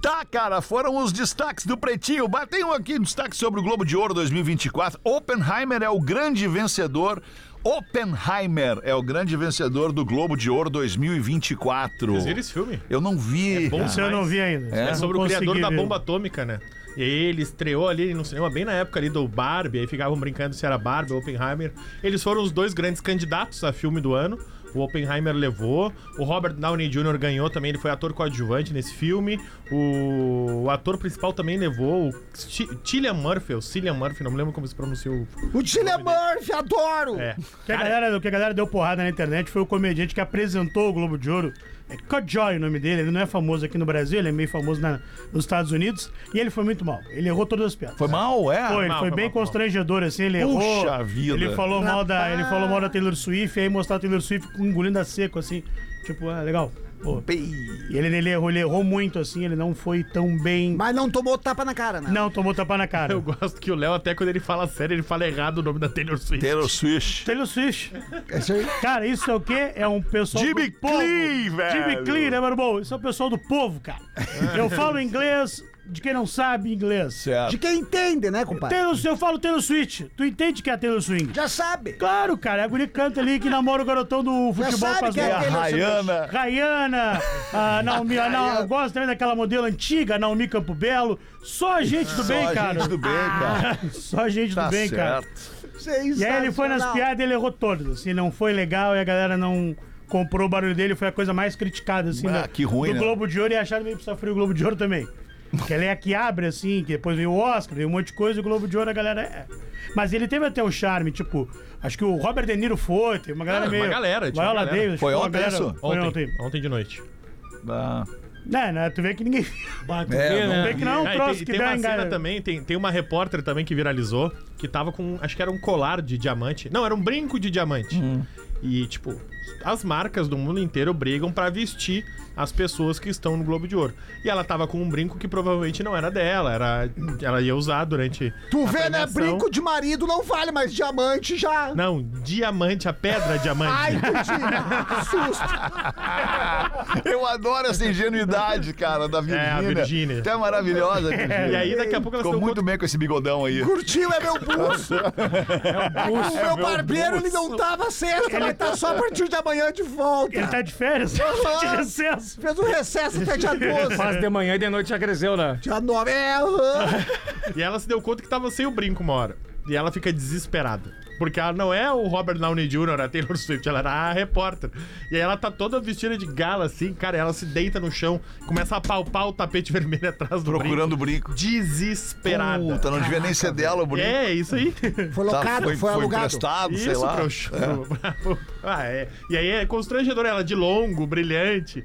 Tá, cara, foram os destaques do Pretinho. Bah, Tem um aqui, um destaque sobre o Globo de Ouro 2024. Oppenheimer é o grande vencedor. Oppenheimer é o grande vencedor do Globo de Ouro 2024.
Vocês viram esse filme?
Eu não vi.
É bom,
cara.
Isso eu não vi ainda.
É,
Não
sobre o criador
consegui
da
ver.
bomba atômica, né? E ele estreou ali no cinema bem na época ali do Barbie, aí ficavam brincando se era Barbie ou Oppenheimer. Eles foram os dois grandes candidatos a filme do ano. O Oppenheimer levou, o Robert Downey Jr. ganhou também, ele foi ator coadjuvante nesse filme. O, o ator principal também levou, o Ci- Cillian Murphy, ou Cillian Murphy, não me lembro como se pronuncia o...
O Cillian Murphy, adoro!
É.
O que, a galera, o que a galera deu porrada na internet foi o comediante que apresentou o Globo de Ouro. É Kojai o nome dele, ele não é famoso aqui no Brasil, ele é meio famoso na- nos Estados Unidos. E ele foi muito mal. Ele errou todas as piadas.
Foi mal, é?
Foi, ele
mal,
foi
foi mal,
bem
foi mal.
constrangedor, assim, ele
Puxa
errou.
vida.
Ele falou, mal da, ele
Rapaz.
falou mal da Taylor Swift, e aí mostrar a Taylor Swift um engolindo a seco, assim. Tipo, ah, legal. Pô. E ele, ele errou, ele errou muito, assim, ele não foi tão bem.
Mas não tomou tapa na cara, né?
Não, tomou tapa na cara.
Eu gosto que o Léo, até quando ele fala sério, ele fala errado o nome da Taylor Swift.
Taylor Swift.
Taylor Swift.
É isso aí.
Cara, isso é o quê? É um pessoal
Jimmy
do povo.
Clee, velho. É.
Jimmy Clee, né, meu irmão? Isso é o pessoal do povo, cara. Eu falo inglês de quem não sabe inglês.
Certo.
De quem entende, né, compadre?
Taylor, eu falo Taylor Swift. Tu entende que é Taylor Swing?
Já sabe.
Claro, cara. É a guria que canta ali que namora o garotão do futebol
sabe
com as
que é
duas.
A Rayana.
Rayana, a Naomi, a Na- eu gosto também daquela modelo antiga, a Naomi Campo Belo. Só gente do bem,
Só
cara.
gente do bem, cara.
<laughs> Só gente
Tá
do bem, cara.
certo.
E aí ele foi nas
Sensacional.
piadas e ele errou todas. Assim, não foi legal e a galera não comprou o barulho dele. Foi a coisa mais criticada, assim,
Ah,
do,
que ruim,
do
né?
Globo de Ouro. E acharam meio que só frio o Globo de Ouro também. Que ela é a que abre, assim, que depois veio o Oscar, veio um monte de coisa, e o Globo de Ouro a galera é... Mas ele teve até um charme, tipo, acho que o Robert De Niro foi, teve uma galera
Ah, uma
meio...
galera, tinha uma
Viola
galera.
Davis, tipo,
Foi
uma
ontem
galera-
isso?
Foi ontem.
ontem, ontem de noite.
Ah,
Não, não, tu vê que ninguém.
Bah, tu
É,
vê,
não
né?
Vê que <laughs> não é um
Ah, e
troço
tem,
que
tem
dá
uma cena
engana.
também, tem, tem uma repórter também que viralizou, que tava com, acho que era um colar de diamante. Não, era um brinco de diamante. E, tipo, as marcas do mundo inteiro brigam pra vestir as pessoas que estão no Globo de Ouro. E ela tava com um brinco que provavelmente não era dela, era ela ia usar durante
Tu
a
vê, né?
premiação.
Brinco de marido não vale, mas diamante já.
Não, diamante, a pedra diamante.
Ai,
<laughs>
Cudinho, susto.
eu adoro essa ingenuidade, cara,
<laughs>
da Virgínia.
É, a Virgínia. É,
Tá maravilhosa, Virgínia.
E aí daqui a pouco ela
Ficou muito bem com esse bigodão aí.
Curtiu é meu pulso. o meu barbeiro, ele não tava sexta, mas tá só a partir de amanhã de volta.
Ele tá de férias, <laughs> de recesso.
Fez um recesso até dia 12.
Faz de manhã e de noite já cresceu, né?
Dia 9. É, aham.
Tá,
E ela se deu conta que tava sem o brinco uma hora. E ela fica desesperada. Porque ela não é o Robert Downey Jr., a Taylor Swift, ela era a repórter. E aí ela tá toda vestida de gala, assim, cara, ela se deita no chão, começa a palpar o tapete <laughs> vermelho atrás do
Procurando o brinco.
brinco. Desesperada.
Puta, não devia nem ser dela o brinco.
é,
<laughs>
isso aí.
Foi
Tá,
locado,
foi,
foi,
foi
alugado.
emprestado, sei
Isso,
lá.
trouxa. <laughs> Ah, é. E aí é constrangedor ela, de longo, brilhante,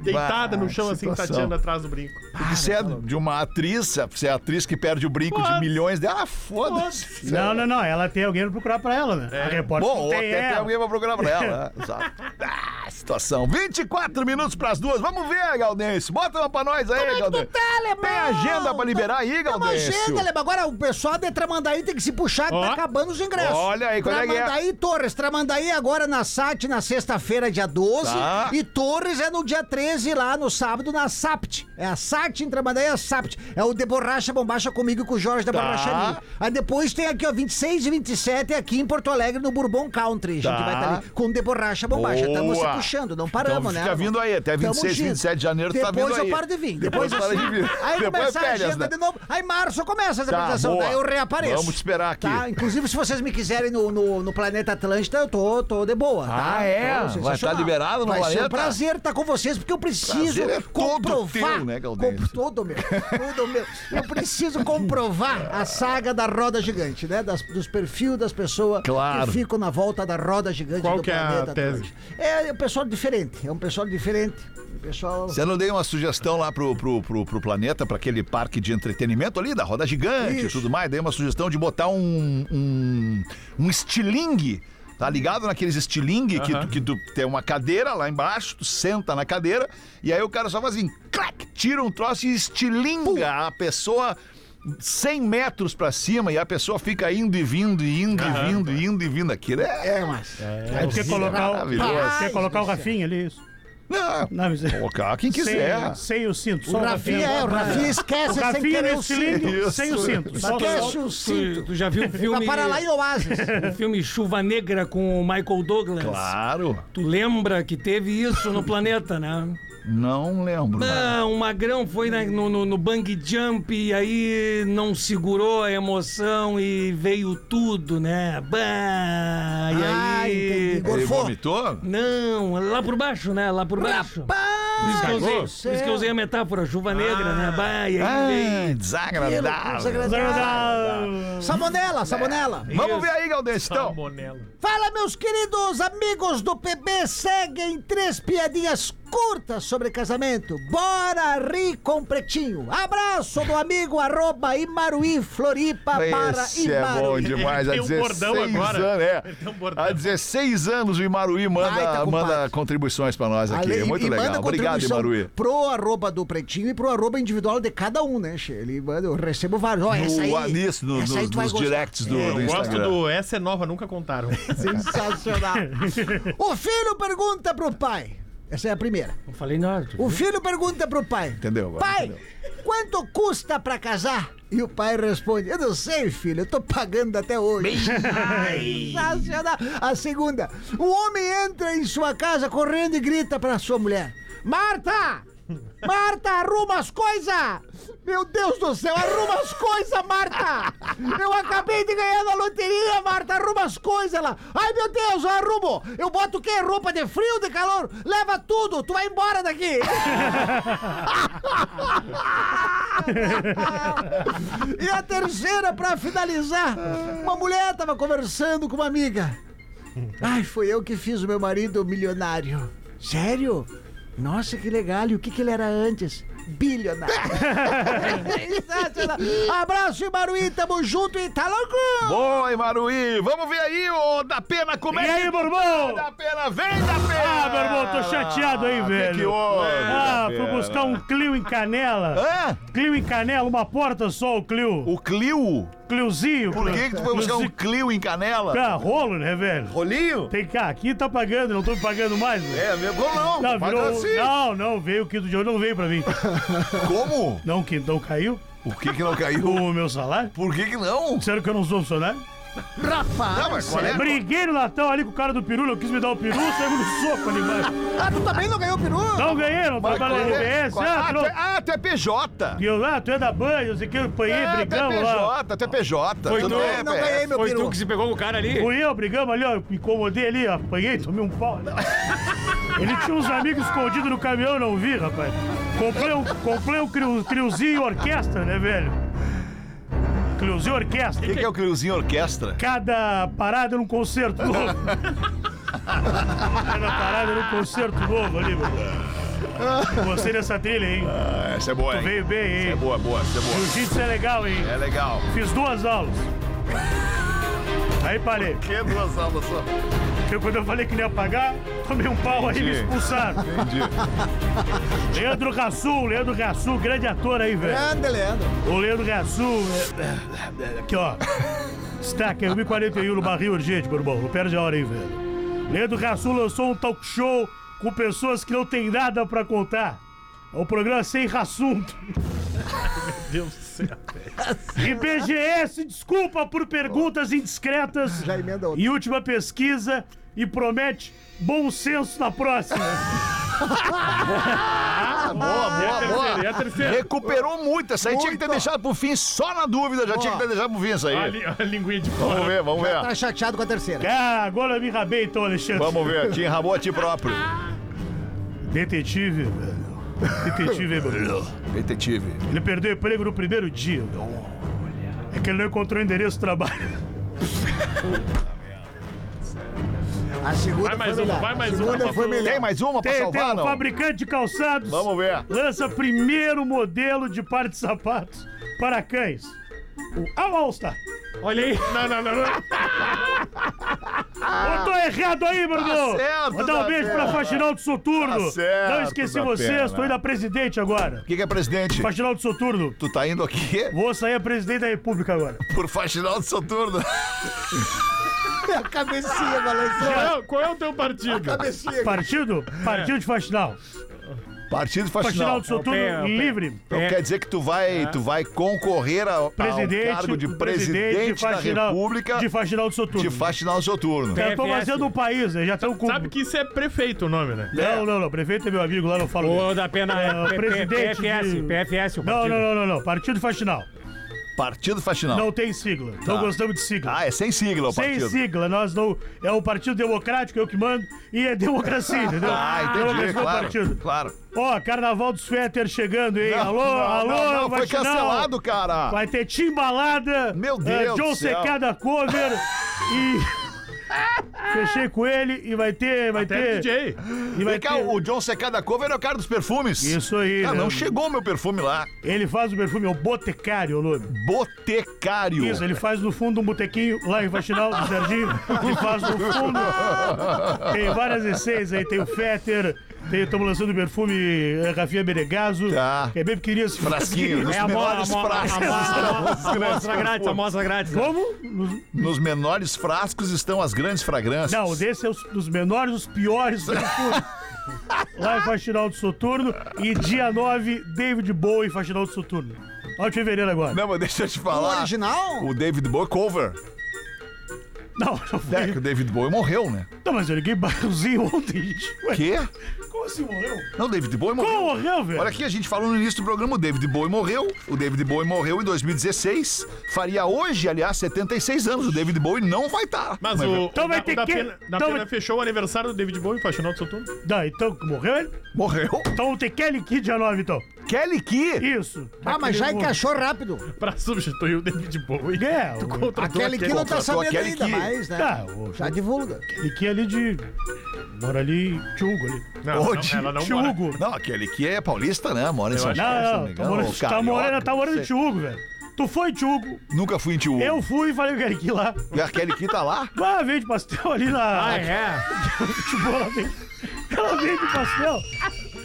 deitada
Bah,
no chão,
que
assim,
situação.
tateando atrás do brinco.
Porque se é de uma atriz, se é atriz que perde o brinco de
Foda-se.
milhões dela, ah, foda-se.
Não, não, não. Ela tem alguém pra procurar pra ela, né? A repórter
É. Bom, ou
não tem
até tem
ela.
alguém pra procurar pra ela. né? <laughs> Exato. Ah, situação. 24 minutos pras duas. Vamos ver, Galdense. Bota uma pra nós aí,
Como é que tu
Galdense.
tá, alemão?
Tem agenda pra liberar aí,
Tem uma
Gaudêncio?
agenda, alemão. Agora o pessoal de Tramandaí tem que se puxar, que
Ó.
tá acabando os ingressos.
Olha aí, qual é que é?
Tramandaí e Torres. Tramandaí agora na SAT na sexta-feira, dia 12.
Tá.
E Torres é no dia 13, lá no sábado, na SAPT. É a SAT em Tramandaí, é a SAPT. É o de borracha bombacha comigo e com o Jorge da
Tá.
Borracharia. Aí depois tem aqui, ó, 26 e 27, aqui em Porto Alegre, no Bourbon Country. A
Tá.
gente vai estar ali com o de borracha bombacha. Estamos se
Boa.
puxando, não paramos,
Então
né?
fica
alemão?
vindo aí, até
Tamo
26,
junto.
27 de janeiro tu tá
Depois
vindo
eu
aí.
paro de vir.
Depois
Depois,
para
assim,
de vir.
Aí
Depois
começa
férias,
a agenda
né?
de novo. Aí março começa as
Tá,
apresentações.
boa.
Daí eu reapareço.
Vamos te esperar aqui.
Tá? Inclusive, se vocês me quiserem no, no, no Planeta Atlântida, eu tô, tô de boa. tá?
Ah, é?
Tô
Vai
sensacional.
tá liberado no
Vai ser
Planeta?
um prazer estar com vocês, porque eu preciso
Prazer é todo
comprovar.
teu, né, Galdêncio?
Com- todo meu. Todo meu. Eu preciso comprovar a saga da roda gigante, né? Das, dos perfis das pessoas
Claro.
que ficam na volta da roda gigante
Qual
do
que é a
Planeta
tese?
Atlântida. É um pessoal diferente. É um pessoal diferente. Um pessoal...
Você não deu uma sugestão lá pro, pro, pro, pro planeta, pra aquele parque de entretenimento ali, da roda gigante e
Isso.
tudo mais? Dei uma sugestão de botar um. um, um estilingue. Tá ligado naqueles estilingue que, tu, que tu tem uma cadeira lá embaixo, tu senta na cadeira, e aí o cara só faz assim, clac, tira um troço e estilinga a pessoa 100 metros pra cima, e a pessoa fica indo e vindo, e indo e vindo, e indo e vindo. Aquilo é.
É, mas...
Aí tu quer colocar, o,
Maravilhoso.
quer colocar o Rafinha ali, isso.
Não,
Não, mas... é-
colocar quem quiser.
Sem, sem o cinto. Só
tá
O Rafinha, é, o Rafinha
O
esquece sem
Rafinha
querer
no
o cinto.
cilindro,
Isso.
sem o cinto. Só-
Esquece o
Tu,
um cinto.
tu já viu o
Pra
filme,
parar lá em Oasis.
o filme Chuva Negra com o Michael Douglas?
Claro.
Tu lembra que teve isso no planeta, né?
Não lembro. né?
Não, o Magrão foi na- no, no, no bang jump e aí não segurou a emoção e veio tudo, né? Bah, e
Ah,
aí...
entendi.
Ele
Gorfou.
vomitou?
Não, lá por baixo, né? Lá por baixo. Por isso, que eu usei,
Cagou?
por isso que eu usei a metáfora, chuva negra,
Ah,
né? Bah, e aí veio-
Ah,
Aquilo,
desagradável.
Ah,
desagradável. Salmonela, salmonela.
Vamos ver aí, Galdês, então.
Salmonella.
Fala, meus queridos amigos do PB, seguem três piadinhas curtas sobre casamento. Bora rir com pretinho. Abraço do amigo arroba Imaruí Floripa para
Esse é bom
Imaruí.
demais. Há
Ele tem um
16
bordão agora.
anos, é.
Ele tem um bordão.
Há 16 anos o Imaruí manda,
Baita, compadre.
manda contribuições pra nós aqui. É
Ale-
Muito
e
legal.
manda
Obrigado,
contribuição
Imaruí.
Pro arroba do pretinho e pro arroba individual de cada um, né, Che? Ele manda, eu recebo vários. Ó, essa
No,
aí,
nisso, no-
essa aí
nos,
tu vai
nos
gostar.
directs do, do
Eu gosto
Instagram.
do Essa é nova,
<laughs>
nunca contaram.
Sensacional. o filho pergunta pro pai. Essa é a primeira.
Não falei nada. tu
O filho pergunta pro pai.
Entendeu agora,
Pai,
entendeu.
quanto custa pra casar? E o pai responde: Eu não sei, filho, eu tô pagando até hoje. <laughs> Sensacional. A segunda. O homem entra em sua casa correndo e grita pra sua mulher: Marta! Marta, arruma as coisas! Meu Deus do céu, arruma as coisas, Marta! Eu acabei de ganhar na loteria, Marta, arruma as coisas lá! Ai, meu Deus, eu arrumo! Eu boto o quê? Roupa de frio, de calor? Leva tudo, tu vai embora daqui! <laughs> E a terceira, pra finalizar, uma mulher tava conversando com uma amiga. Ai, foi eu que fiz o meu marido milionário. Sério? Nossa, que legal. E o que, que ele era antes? Bilionário. Sensacional. Abraço, Imaruí. Tamo junto e tá louco?
Boa, Imaruí. Vamos ver aí, ô da pena, como
E
é que.
aí, Borbão?
Da pena, vem da pena!
Ah, meu irmão, tô chateado aí,
Ah, que
velho.
Que houve,
Ah,
da
fui
Pena?
buscar um Clio em Canela.
Hã?
Clio em Canela, uma porta só, o Clio.
O Clio?
Cliozinho.
Por que, que tu foi buscar um Clio em canela?
Ah, rolo, né, velho?
Rolinho?
Tem cá, aqui tá pagando, não tô me pagando mais, velho.
É, meu, como não?
Não,
Paga
virou.
assim.
Não, não, veio o quinto de olho, não veio pra mim.
Como?
Não, que não caiu
O que que não caiu?
o meu salário?
Por que que não?
Disseram que eu não sou funcionário?
Não, mas qual é?
Briguei no Natal ali com o cara do Pirulho, eu quis me dar o peru, saiu no soco ali embaixo.
Ah, tu também não ganhou o peru?
Não ganhei, não
Mas qual
trabalho na
é?
RBS.
Qual-
Ah,
Ah,
tu
tu é-
não...
ah, tu é PJ.
E eu, ah, tu é da banha, eu sei que eu apanhei,
Ah, tu é
brigamos lá.
PJ, tu é PJ. Tu não é
não ganhei
PF.
meu
Foi tu
peru.
que se pegou com o cara ali?
Fui eu, brigamos ali, ó, me incomodei ali, ó, apanhei, tomei um
<laughs>
pau. Ele tinha uns amigos escondidos no caminhão, eu não vi, rapaz. Comprei um, comprei um crio, criozinho orquestra, né, velho? Criozinho orquestra.
O que que é o Cliozinho Orquestra?
cada parada era um concerto novo. cada parada era um concerto novo ali, meu. Gostei dessa trilha, hein?
Ah, essa é boa, hein?
Veio bem,
Essa é
hein?
boa, boa, essa é boa.
Jiu-jitsu é legal, hein?
É legal.
Fiz duas aulas. Aí parei.
Que duas aulas só.
Porque quando eu falei que não ia pagar, tomei um pau aí e me
Entendi.
expulsaram.
Entendi.
Leandro Gassul, Leandro Gassul, grande ator aí, velho.
Grande, Leandro.
O Leandro Gassul. é, Aqui, ó. Destaque é 1,41 no barril urgente, meu irmão. Não perde a hora aí, velho. Leandro Gassul lançou um talk show com pessoas que não têm nada pra contar. É um programa sem assunto.
Deus do céu.
IBGS, desculpa por perguntas indiscretas.
Já emenda outra.
E última pesquisa e promete bom senso na próxima.
Boa, boa, boa.
E a terceira?
Recuperou muito. Essa aí tinha que ter
Muito.
deixado pro fim, só na dúvida. Já tinha que ter deixado pro fim essa
A,
aí.
li- a linguinha de
Vamos
fora.
ver, vamos ver.
Tá chateado com a terceira.
ah, agora eu me rabei então, Alexandre.
Vamos ver. Te enrabou a ti próprio.
Detetive, velho.
<laughs>
Detetive, hein, meu irmão.
Detetive.
Ele perdeu o emprego no primeiro dia. velho. É que ele não encontrou o endereço de trabalho.
A segunda
Vai mais
foi
uma,
melhor.
vai mais
a segunda
uma,
foi
mais
melhor.
Tem mais uma pra
Tem, tem
salvar,
um
não?
fabricante de calçados.
Vamos ver.
Lança primeiro modelo de par de sapatos para cães. O All-Star.
Olha aí. Não, não, não, não.
Eu tô errado aí, meu irmão.
Ah. Tá certo,
Mandar um
da
beijo
pena.
pra Faxinal do Soturno.
Tá certo,
não esqueci
da
vocês,
pena.
tô indo a presidente agora.
O que, que é presidente?
Faxinal do Soturno.
Tu tá indo aqui
Vou sair a presidente da república agora.
por faxinal do
<laughs>
Soturno.
A cabecinha balançou.
Não, Qual é o teu partido?
Cabecinha.
Partido?
É.
Partido de Faxinal.
Partido
Faxinal
faxinal.
do Soturno
pé, é o pé.
livre.
Então
É.
quer dizer que tu vai, tu vai concorrer ao, ao
Presidente,
Tá, um cargo de presidente, da
Faxinal-
República
De Faxinal do
de
Soturno.
faxinal do Soturno.
Eu tô
PFS.
assim.
fazendo um país, né? já estão com...
Sabe que isso é prefeito o nome, né?
Não, não, não. Prefeito é meu amigo lá, não falo.
Ô,
dele.
da pena
É, o
é, P- P-
presidente
PFS,
de-
PFS, o
Não,
partido.
não, não, não, não. Partido Faxinal.
Partido faxinal.
Não tem sigla. Não gostamos de sigla.
Ah, é sem sigla o
Sem
Tá. partido.
sigla, nós não. É o Partido Democrático, eu que mando, e
<laughs>
é democracia, entendeu?
Ah,
Democracia
entendi,
é o
claro,
partido.
claro.
Ó, Carnaval dos Fetter chegando, hein?
Não,
alô,
não,
alô,
não, não, foi
Vaginal.
cancelado, cara.
Vai ter Timbalada,
Meu
eh,
Deus do
John
céu. <laughs>
Secada cover e. Fechei com ele e vai ter. Vai
Até
ter.
DJ.
E vai
Vem cá,
ter-
o John Secada Cover é o cara dos perfumes.
Isso aí,
Ah,
né?
não chegou meu perfume lá.
Ele faz o perfume, é o Botecário, o nome.
Botecário.
Isso, ele faz no fundo um botequinho lá em Faxinal do Jardim. Ele faz no
<laughs>
fundo. Tem várias essências aí, tem o Fetter, estamos lançando o perfume eh, Rafinha Benegaso,
Tá.
que é bem pequenininho esse
Frasquinho, nos
É a mo-
menores
a mo- a
frascos.
mo-
estão os grandes
Amostra grátis,
perfumes.
amostra grátis.
Como?
Nos menores frascos estão as grandes fragrâncias.
Não, desse é os, dos menores, os piores perfumes. Lá em Faxinal do Soturno. E dia 9, David Bowie em Faxinal do Soturno. 9 de fevereiro agora.
Não, mas deixa eu te
O
falar.
original?
O David Bowie cover.
Não, não
É, que
foi.
o David Bowie morreu, né?
Não, mas eu liguei barrozinho ontem, gente. Ué,
Quê?
como assim morreu?
Não, o David Bowie morreu.
Como morreu, velho?
Olha aqui, a gente falou no início do programa, o David Bowie morreu. O David Bowie morreu em 2016. Faria hoje, aliás, 76 anos. O David Bowie não vai estar.
Mas o.
Então vai
o da-
ter
o da
que-
Pena, da
então
Pena
vai-
fechou o aniversário do David Bowie, faxinal do Soturno.
Não, então morreu ele?
Morreu.
Então tem Kelly Key dia 9, então.
Kelly Key.
Isso.
Ah, mas já
Aquele
encaixou rápido.
Pra substituir o David Bowie.
<laughs>
É,
Tu
o-
contratou
Aquele que não tá
contratou
sabendo
aquele
ainda
que-
mais, né?
Tá, o
Já divulga.
Kelly Key ali de... Mora ali em Tiúgo, ali.
Não, não,
Onde?
ela não mora.
Tiúgo.
Não, a Kelly Key é paulista, né? Mora em São
Não,
Paulo.
é
não, tá morando, tá morando, tá morando em Tiúgo, velho. Tu foi em Tiúgo,
Nunca fui em Tiú.
eu fui e falei com o Kelly Key lá.
E a Kelly Key tá lá?
Ah, vende pastel ali na...
Ah, é?
Tipo, ela vende... Ela vende pastel.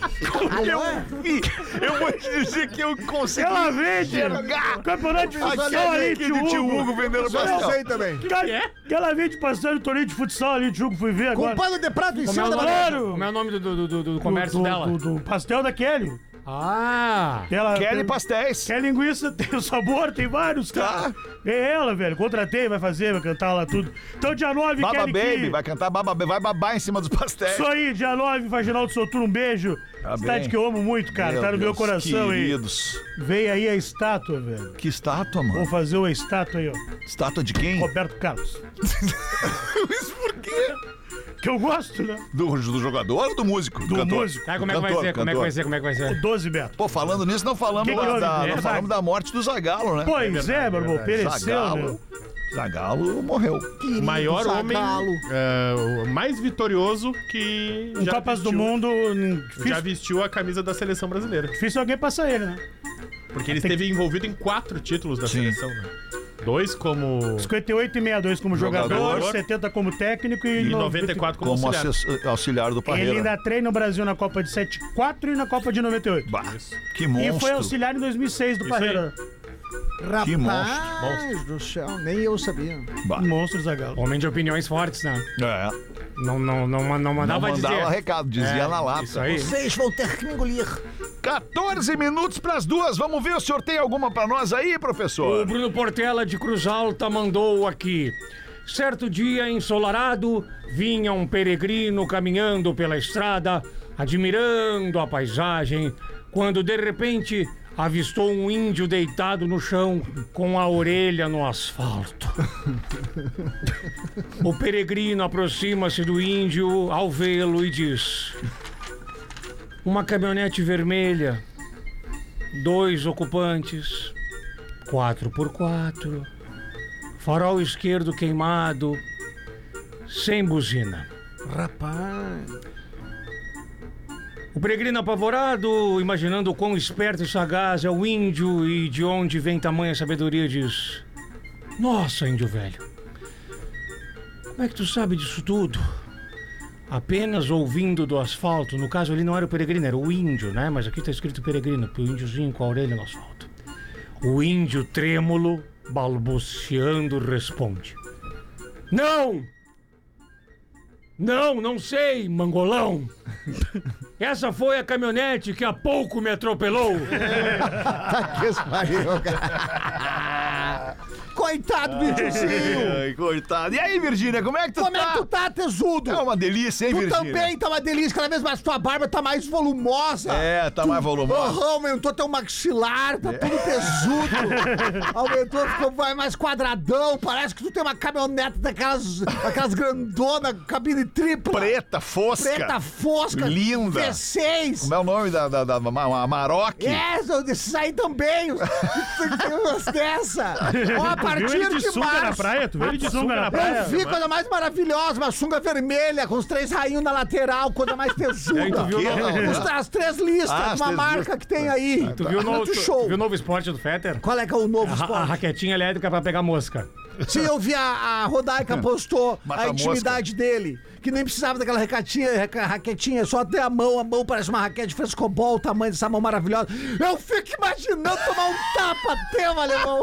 Alô?
Ih, eu vou te dizer que eu consegui.
Ela vende... Campeonato de
A
futsal ali
Kelly
em
Key de Tiúgo
Tiúgo.
vendendo
Eu
pastel.
sei também.
Cara, Que ela vende pastel no torneio de futsal ali em Tiúgo, fui ver
Com
agora.
pano de prato em
Como é
cima
o
da
nome,
bandeira.
Claro.
como é o nome do, do, do- do
Do-
comércio
do-
dela?
do- do pastel da Kelly.
Ah!
Ela,
Kelly Pastéis.
Quer linguiça, <laughs> tem o sabor, tem vários, cara. É ela, velho. Contratei, vai fazer, vai cantar lá tudo. Então, dia 9,
Baba
Kelly
Baby,
Key.
vai cantar Baba Baby, vai babar em cima dos pastéis.
Isso aí, dia 9, Vaginaldo Soturno, um beijo.
Tá
Cidade
bem.
que eu amo muito, cara. tá no meu
Deus,
coração aí.
queridos.
Vem aí a estátua, velho.
Que estátua,
Vou
mano.
fazer uma estátua aí, ó.
Estátua de quem?
Roberto Carlos.
Isso por quê?
Que eu gosto, né?
Do, do jogador ou do músico?
Do
cantor?
músico.
Tá, como é que
Cantor,
vai ser? Como é que
cantor.
vai ser? Como é que vai ser?
12 metros.
Pô, falando nisso, não falamos,
Que que
da-
houve?
da, não
É,
falamos da morte do Zagalo, né?
Pois é, meu irmão, pereceu,
Zagalo.
né?
Zagalo morreu.
Querido
Maior homem.
Zagalo.
é, o mais vitorioso que.
Um Copas do
vestiu-
Mundo, hum,
Já
difícil,
vestiu a camisa da seleção brasileira.
difícil alguém passar ele, né?
Porque ele
Tem que-
esteve envolvido em quatro títulos da
Sim.
seleção, né? Dois como.
58 e 62 como jogador,
Jogador.
70 como técnico e,
E
94.
94 como,
Como
auxiliar.
assess- auxiliar do
Ele
Parreira.
ainda treina o Brasil na Copa de 74 e na Copa de 98.
Bah, que
E foi
monstro.
auxiliar em 2006 do
Isso
Parreira.
Rapaz
Que
do céu, nem eu sabia.
Bah.
Monstro Zagallo.
Homem de opiniões fortes, né?
É,
Não, não, não, não,
não
mandava
mandava
dizer.
um recado, dizia
É,
na lata.
Isso aí.
Vocês vão ter que me engolir.
14 minutos pras duas. Vamos ver se o senhor tem alguma pra nós aí,
O
professor.
Bruno Portela de Cruz Alta mandou aqui. Certo dia, ensolarado, vinha um peregrino caminhando pela estrada, admirando a paisagem, quando de repente avistou um índio deitado no chão com a orelha no asfalto. O peregrino aproxima-se do índio ao vê-lo e diz: Uma caminhonete vermelha, dois ocupantes, 4x4, farol esquerdo queimado, sem buzina.
Rapaz.
O peregrino apavorado, imaginando o quão esperto e sagaz é o índio e de onde vem tamanha sabedoria, diz: Nossa, índio velho, como é que tu sabe disso tudo? Apenas ouvindo do asfalto, no caso ali não era o peregrino, era o índio, né? Mas aqui tá escrito peregrino, pro índiozinho com a orelha no asfalto. O índio trêmulo, balbuciando, responde: Não! Não, não sei, mangolão! Essa foi a caminhonete que há pouco me atropelou.
Que isso pariu, cara.
Coitado, <laughs> bichozinho.
Ai, coitado. E aí, Virgínia, como é que tu
Como
tá?
é que tu tá, tesudo?
É uma delícia, hein,
Tu
Virgínia?
também tá uma delícia, cada vez mais tua barba tá mais volumosa.
É, tá
Tu-
mais volumosa.
Porra, aumentou teu maxilar, tá tudo tesudo. <laughs> aumentou, ficou vai mais quadradão. Parece que tu tem uma caminhonete daquelas aquelas grandona, cabine tripla.
Preta, fosca.
preta fosca.
Linda.
V6.
Como é o nome da, da, da, ma- ma- Maroc?
É, são desses aí também. Tem umas dessa. Ó, a
Tu viu
partir
ele de
de
sunga na
março.
praia? Tu viu ele de sunga na
né?
praia?
Eu vi coisa mais maravilhosa, uma sunga vermelha, com os três rainhos na lateral, coisa mais tesuda.
tu viu,
não?
Os- as três listas,
Ah, as
uma
três
marca
listas.
que tem aí.
Tu viu, o novo,
Tá Muito
tu-
show.
tu viu o novo esporte do Fetter?
Qual é que é o novo
A, a
esporte?
raquetinha elétrica pra pegar mosca.
Sim, eu vi a, a Rodaica postou
Mata
a intimidade dele, que nem precisava daquela recatinha, reca- raquetinha, só até a mão, a mão parece uma raquete de frescobol, o tamanho dessa mão maravilhosa. Eu fico imaginando tomar um tapa teu, alemão.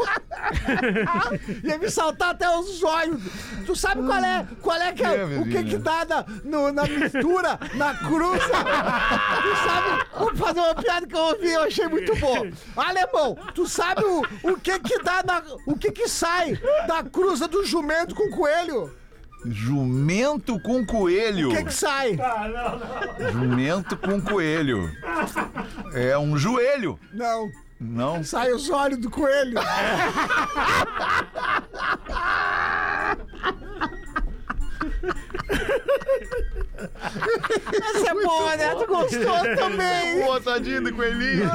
<laughs> Ia me saltar até os olhos. Tu sabe qual é? Qual é que é?
É,
o que que
Virgínia.
dá na, no- na mistura, na cruza? tu sabe? Vou fazer uma piada que eu ouvi, eu achei muito bom. Alemão, tu sabe o, o que que dá na, o que que sai da cruza do jumento com o coelho?
Jumento com coelho.
O que que sai?
Jumento com coelho. É um joelho.
Não,
Não.
sai os olhos do coelho. Essa é boa, né? Tu gostou também.
Pô, tadinho do
<laughs>
coelhinho.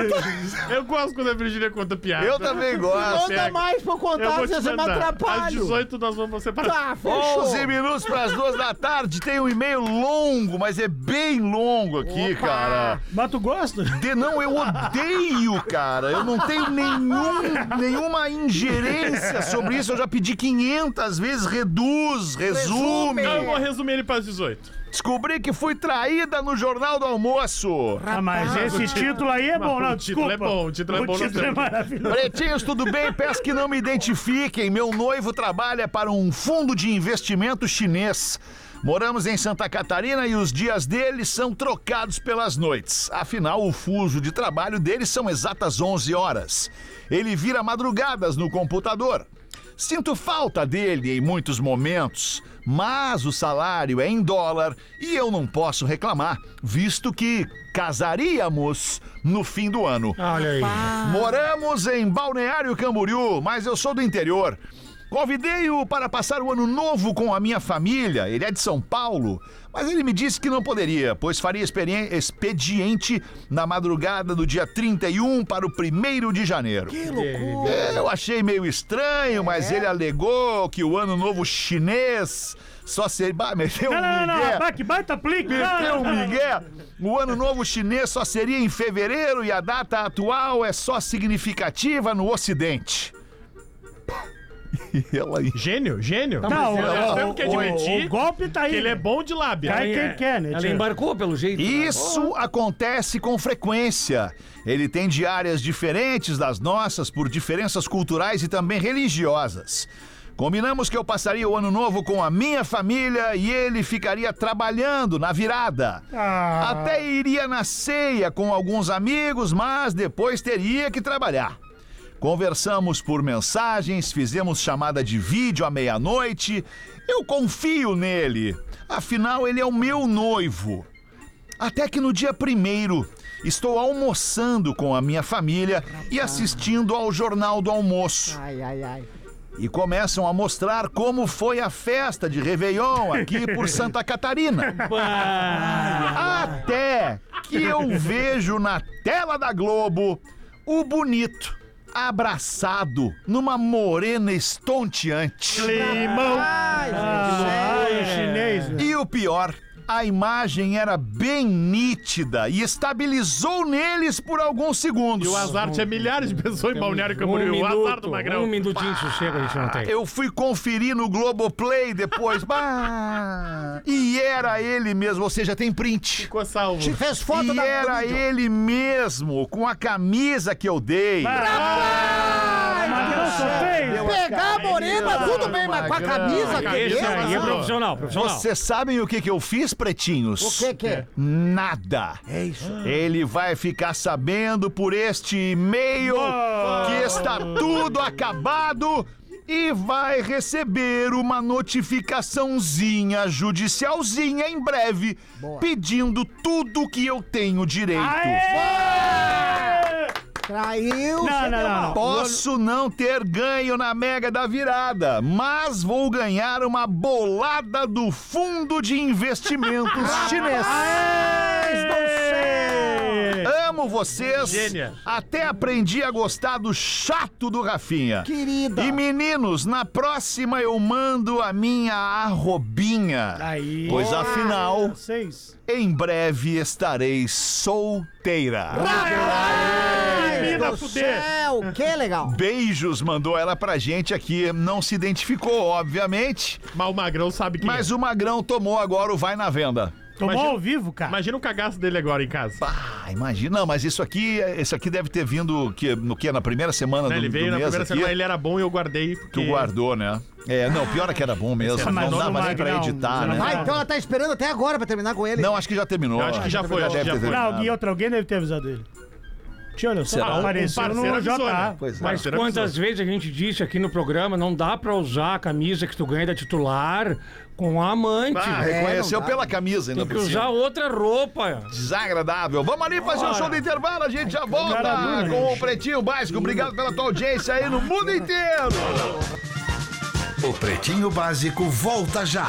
Eu gosto quando a Virgínia conta piada. Tá.
Eu também gosto.
Conta mais pra eu contar, às vezes eu me
Às
atrapalho.
18 nós vamos separar.
Tá, fechou.
11 minutos para as duas da tarde. Tem um e-mail longo, mas é bem longo aqui, cara.
Mas tu gosta?
De não, eu odeio, cara. Eu não tenho nenhum, nenhuma ingerência sobre isso. Eu já pedi 500 vezes. Reduz, resume.
Eu vou resumir ele para as 18.
Descobri que fui traída no Jornal do Almoço.
Ah, mas esse título aí é bom,
o
não,
título
desculpa.
é bom, o título é bom,
O
nós
título é
temos.
maravilhoso.
Pretinhos, tudo bem? Peço que não me identifiquem. Meu noivo trabalha para um fundo de investimento chinês. Moramos em Santa Catarina e os dias dele são trocados pelas noites. Afinal, o fuso de trabalho dele são exatas 11 horas. Ele vira madrugadas no computador. Sinto falta dele em muitos momentos, mas o salário é em dólar e eu não posso reclamar, visto que casaríamos no fim do ano.
Olha aí.
Moramos em Balneário Camboriú, mas eu sou do interior. Convidei-o para passar o ano novo com a minha família. Ele é de São Paulo, mas ele me disse que não poderia, pois faria experien- expediente na madrugada do dia 31 para o 1 de janeiro.
Que loucura.
É, Eu achei meio estranho, mas
É.
ele alegou que o ano novo chinês só seria. Bah, meteu
Não,
um
não, não,
É.
migué.
não, Ah, vai, que baita plique. Não,
Meteu
não,
o
não.
Miguel. O ano novo chinês só seria em fevereiro e a data atual é só significativa no Ocidente. <laughs> E ela aí.
Gênio, gênio.
Tá, mas
Não, o-
ela-
Nós temos que
o-
admitir
O golpe tá aí.
que ele é
né?
bom de lábia.
Cai
Ela-
quem quer, né,
Ela
tia?
embarcou pelo jeito.
Isso acontece com frequência. Ele tem diárias diferentes das nossas por diferenças culturais e também religiosas. Combinamos que eu passaria o ano novo com a minha família e ele ficaria trabalhando na virada.
Ah.
Até iria na ceia com alguns amigos, mas depois teria que trabalhar. Conversamos por mensagens, fizemos chamada de vídeo à meia-noite. Eu confio nele. Afinal, ele é o meu noivo. Até que no dia primeiro, estou almoçando com a minha família e assistindo ao Jornal do Almoço.
Ai, ai, ai.
E começam a mostrar como foi a festa de Réveillon aqui por Santa Catarina. Até que eu vejo na tela da Globo o bonito abraçado numa morena estonteante.
Limão.
Ai,
Ah, o chinês, velho.
E o pior, a imagem era bem nítida e estabilizou neles por alguns segundos.
E o azar tinha é milhares de pessoas em Balneário
um
Camboriú. o azar do
minuto,
Magrão.
um minutinho de sossego a gente não tem.
Eu fui conferir no Globoplay
<laughs>
depois. Bah! e era ele mesmo, ou seja, tem print.
Ficou salvo.
gente. Fez foto
E
da
era
do vídeo.
ele mesmo, com a camisa que eu dei.
Ah, Mas não só fez.
Pegar a morena, tudo bem, mas com a camisa que
Magrão.
Esse aí é
Magrão.
profissional, profissional.
Vocês sabem o que, que eu fiz, pretinhos?
O que que é?
Nada.
É isso.
Ele vai ficar sabendo por este e-mail que está tudo acabado e vai receber uma notificaçãozinha judicialzinha em breve pedindo tudo que eu tenho direito.
Aê!
Traiu.
Ah, Não, não, não.
Posso não ter ganho na mega da virada, mas vou ganhar uma bolada do fundo de investimentos chinês. Amo vocês.
Gênia.
Até aprendi a gostar do chato do Rafinha.
Querida.
E meninos, na próxima eu mando a minha arrobinha.
Aí.
Pois afinal,
Seis.
em breve estarei solteira.
Mina
do céu, que legal.
Beijos mandou ela pra gente aqui. Não se identificou, obviamente.
Mas o Magrão sabe quem
Mas
é.
o Magrão tomou agora o vai na venda.
Tomou
Imagina-
ao vivo, cara.
Imagina o cagaço dele agora em casa.
Ah, imagina, não, mas isso aqui, isso aqui deve ter vindo que, no que? Na primeira semana
Né,
do,
ele veio
do
na
mês
primeira
aqui.
semana, ele era bom e eu guardei.
Tu
Porque...
guardou, né? É, não, pior é que era bom mesmo.
Esse era mais
não
novo
dava nem pra
Magrão.
editar, né?
Não
Vai, então ela tá esperando até agora pra terminar com ele.
Não, acho que já terminou.
Eu acho que já foi, acho
deve
que já
ter
foi.
Não,
terminado.
alguém, outro, alguém deve ter avisado ele. Tio, olha só,
Será?
Ah, um
apareceu
parceiro
no JA.
avisou, né?
Pois é.
tá. Mas
Será que
quantas vezes a gente disse aqui no programa, não dá pra usar a camisa que tu ganha da titular com a amante.
Ah,
velho.
reconheceu
não dá.
pela camisa ainda
Tem que
por cima.
usar outra roupa.
Desagradável. Vamos ali fazer o show do intervalo, a gente já volta
cara dura,
com o
gente.
Pretinho Básico. Obrigado pela tua audiência aí no mundo inteiro.
O Pretinho Básico volta já.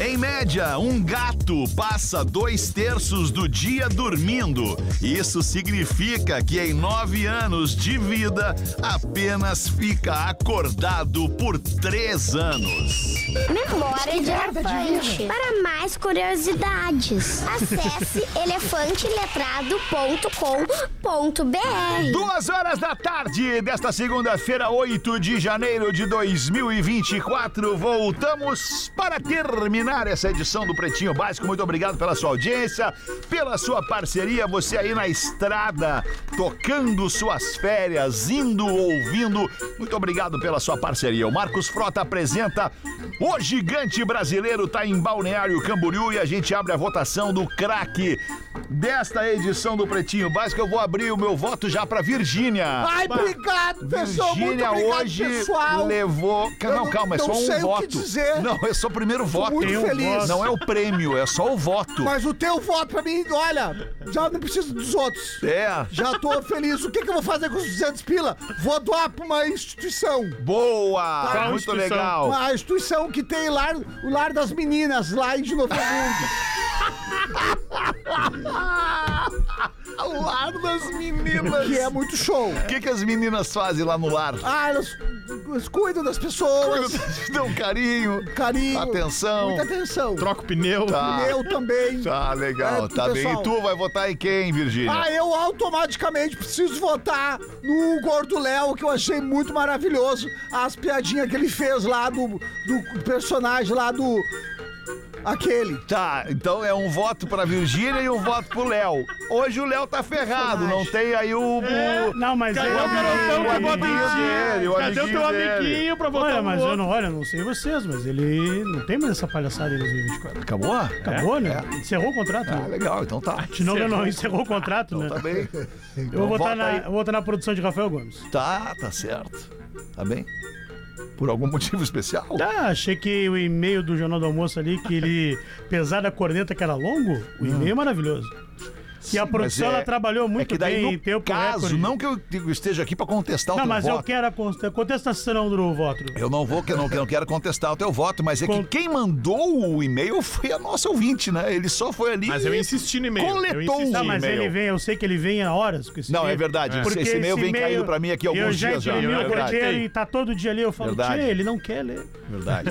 Em média, um gato passa dois terços do dia dormindo. Isso significa que em nove anos de vida, apenas fica acordado por três anos.
Memória de elefante. Para mais curiosidades, acesse <laughs> elefanteletrado.com.br.
Duas horas da tarde desta segunda-feira, 8 de janeiro de 2024. Voltamos para terminar essa edição do Pretinho Básico. Muito obrigado pela sua audiência, pela sua parceria. Você aí na estrada, tocando suas férias, indo, ouvindo. Muito obrigado pela sua parceria. O Marcos Frota apresenta O Gigante Brasileiro tá em Balneário Camboriú e a gente abre a votação do craque desta edição do Pretinho Básico. Eu vou abrir o meu voto já pra Virgínia.
Ai, obrigado, Ah, pessoal. Muito
Virgínia
obrigado,
hoje
pessoal.
levou. Ca-
Eu
Não,
não-
calma, é
não
só um
sei o que
voto.
dizer.
Não, é só o primeiro voto.
muito
Eu
feliz.
voto. Não é o prêmio, é só o voto.
Mas o teu voto pra mim, olha, já não preciso dos outros.
É.
Já tô feliz. O que, que eu vou fazer com os 200 pila? Vou doar pra uma instituição.
Boa!
Qual
Muito
instituição?
legal.
Uma instituição que tem lar, o lar das meninas lá em de Novo Mundo.
Lar das meninas.
que é muito show.
O que, que as meninas fazem lá no lar?
é
<laughs>
Ah, elas cuidam das pessoas,
Dá um carinho.
carinho.
Atenção.
Muita atenção.
Troca o pneu.
Tá.
Eu também.
Tá legal,
É,
tá bem.
pessoal.
E tu vai votar em quem, Virgínia?
Ah, eu automaticamente preciso votar no Gordo Léo, que eu achei muito maravilhoso. As piadinhas que ele fez lá do, do personagem lá do. Aquele.
Tá, então é um voto pra Virgínia e um voto pro Léo. Hoje o Léo tá ferrado, não tem aí o. o-
É. Não, assim. mas é
Cadê
eu-
o garotão que
Ai,
bota
ai,
em ti?
o
Cadê o
amiguinho
teu
dele?
amiguinho pra votar
Olha,
no
mas
um outro?
eu não, olha, não sei vocês, mas ele não tem mais essa palhaçada em 2024.
Acabou?
Acabou, né? Encerrou o contrato.
Ah,
né?
legal, então tá.
De novo, não, encerrou o contrato, né?
Tá bem.
Eu vou
Vota
votar, na,
aí.
eu vou votar na produção de Rafael Gomes.
Tá, tá certo. Tá bem? Por algum motivo especial?
Ah, achei que o e-mail do Jornal do Almoço ali, que ele, apesar da corneta que era longo, o e-mail é maravilhoso. e a
mas
produção,
é-
ela trabalhou
É
muito
que daí,
bem em
no
tempo
caso,
recorde.
não que eu digo- esteja aqui pra contestar o
Não,
teu
mas é eu
voto.
quero a consta- contestação do voto.
Eu não vou, que eu não, que eu não quero contestar o teu voto, mas é
Com-
que quem mandou o e-mail foi a nossa ouvinte, né? Ele só foi ali.
Mas eu
e-
insisti no e-mail.
Coletou
eu insisti.
Não,
o
Tá, mas
e-mail.
ele vem, eu sei que ele vem há horas com esse
Não,
e-mail.
é verdade.
Porque
Esse e-mail vem caindo pra mim aqui há
eu
alguns
já
dias já.
imprimi
é
o
verdade.
roteiro e tá todo dia ali, eu falo, tchê,
Verdade.
ele não quer ler. <laughs>
Verdade.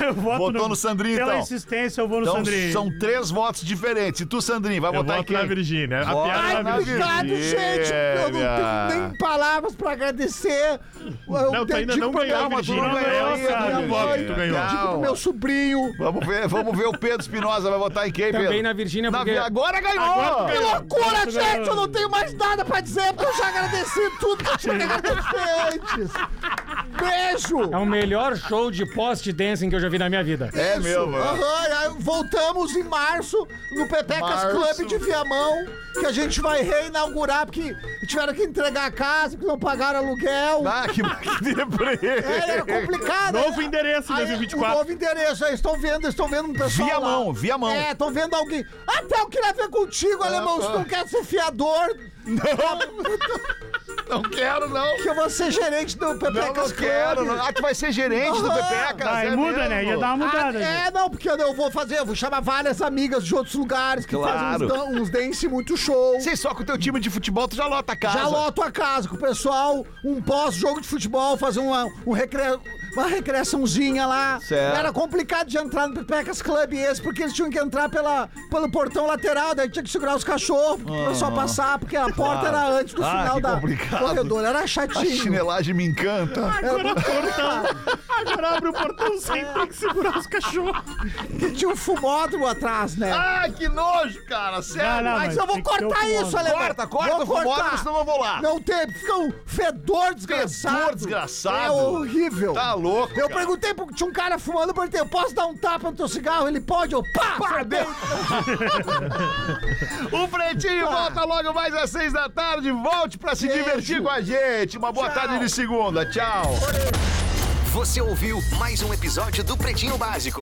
Eu voto
Votou no Sandrinho,
Pela
então.
insistência, eu vou
<laughs>
no
Então
Sandrinho.
são três votos diferentes. E tu, Sandrinho, vai
Eu
votar em
voto na
quem?
Virgínia. A
Vota
piada na
na
Virgínia.
Obrigado, gente. Eu não tenho nem palavras pra agradecer. Eu
Não, tu ainda
dedico
não
pro
ganhou,
meu-
Virgínia.
tu não
ganhou,
ganhou,
sabe,
Virgínia.
o voto que tu ganhou.
Não.
Digo pro meu sobrinho.
Vamos ver, vamos ver o Pedro Espinosa vai votar em quem, Pedro?
Também na Virgínia,
Na
porque-
Vi- Agora ganhou!
Que Oh, loucura, gente! Eu não tenho mais nada pra dizer, porque eu já agradeci tudo que eu tinha que agradecer antes. Beijo!
É o melhor show de post-dancing que eu já vi na minha vida.
É meu, mano.
Aham, e aí voltamos em março no Pepecas
Março.
Club de Viamão, que a gente vai reinaugurar, porque tiveram que entregar a casa, porque não pagaram aluguel.
Ah, que, que
É,
deprê.
era complicado.
Novo endereço em
Aí, O
2024.
novo endereço, aí estão vendo, estão vendo um pessoal.
Via
lá.
mão, via mão.
É, estão vendo alguém. Até eu queria ver é contigo, alemão, se tu não quer ser fiador,
Não quero, não.
que eu vou ser gerente do
Não,
Pepecas
não
Club.
quero. Não. Ah, tu vai ser gerente do
Aham.
Pepecas.
Aí
é
muda,
mesmo.
né? Ia dar uma
Ah,
mudada.
É, não, porque eu vou fazer, eu vou chamar várias amigas de outros lugares que
Claro.
fazem uns, dan- uns dance muito show.
Sei só com o teu time de futebol, tu já lota a casa.
Já loto a casa com o pessoal, um pós-jogo de futebol, fazer uma, um recre- uma recreaçãozinha lá.
Certo.
Era complicado de entrar no Pepecas Club esse, porque eles tinham que entrar pela, pelo portão lateral, daí tinha que segurar os cachorros pro pessoal passar, porque a porta era antes do
Ah,
final
que
da
complicado.
corredor, era
A
chatinho.
chinelagem me encanta.
Agora o portão. É. Agora abre o portão sem ter que segurar os cachorros.
E tinha um fumódromo atrás, né?
Ah, que nojo, cara.
Não,
Sério.
não,
Mas eu vou
Ah, tem que ter o
cortar
fumódromo.
isso, Alemão.
Corta, corta
Vou
o fumódromo, senão eu vou lá.
Não tem, fica um fedor desgraçado.
Fedor desgraçado.
É horrível.
Tá louco,
Eu
cara.
perguntei, porque tinha um cara fumando, eu perguntei, eu posso dar um tapa no teu cigarro? Ele pode? Eu, pá, pá
O Pretinho volta logo mais às seis da tarde. Volte pra se
Ah. Beijo.
divertir com a gente. Uma boa tarde de segunda. Tchau.
Você ouviu mais um episódio do Pretinho Básico.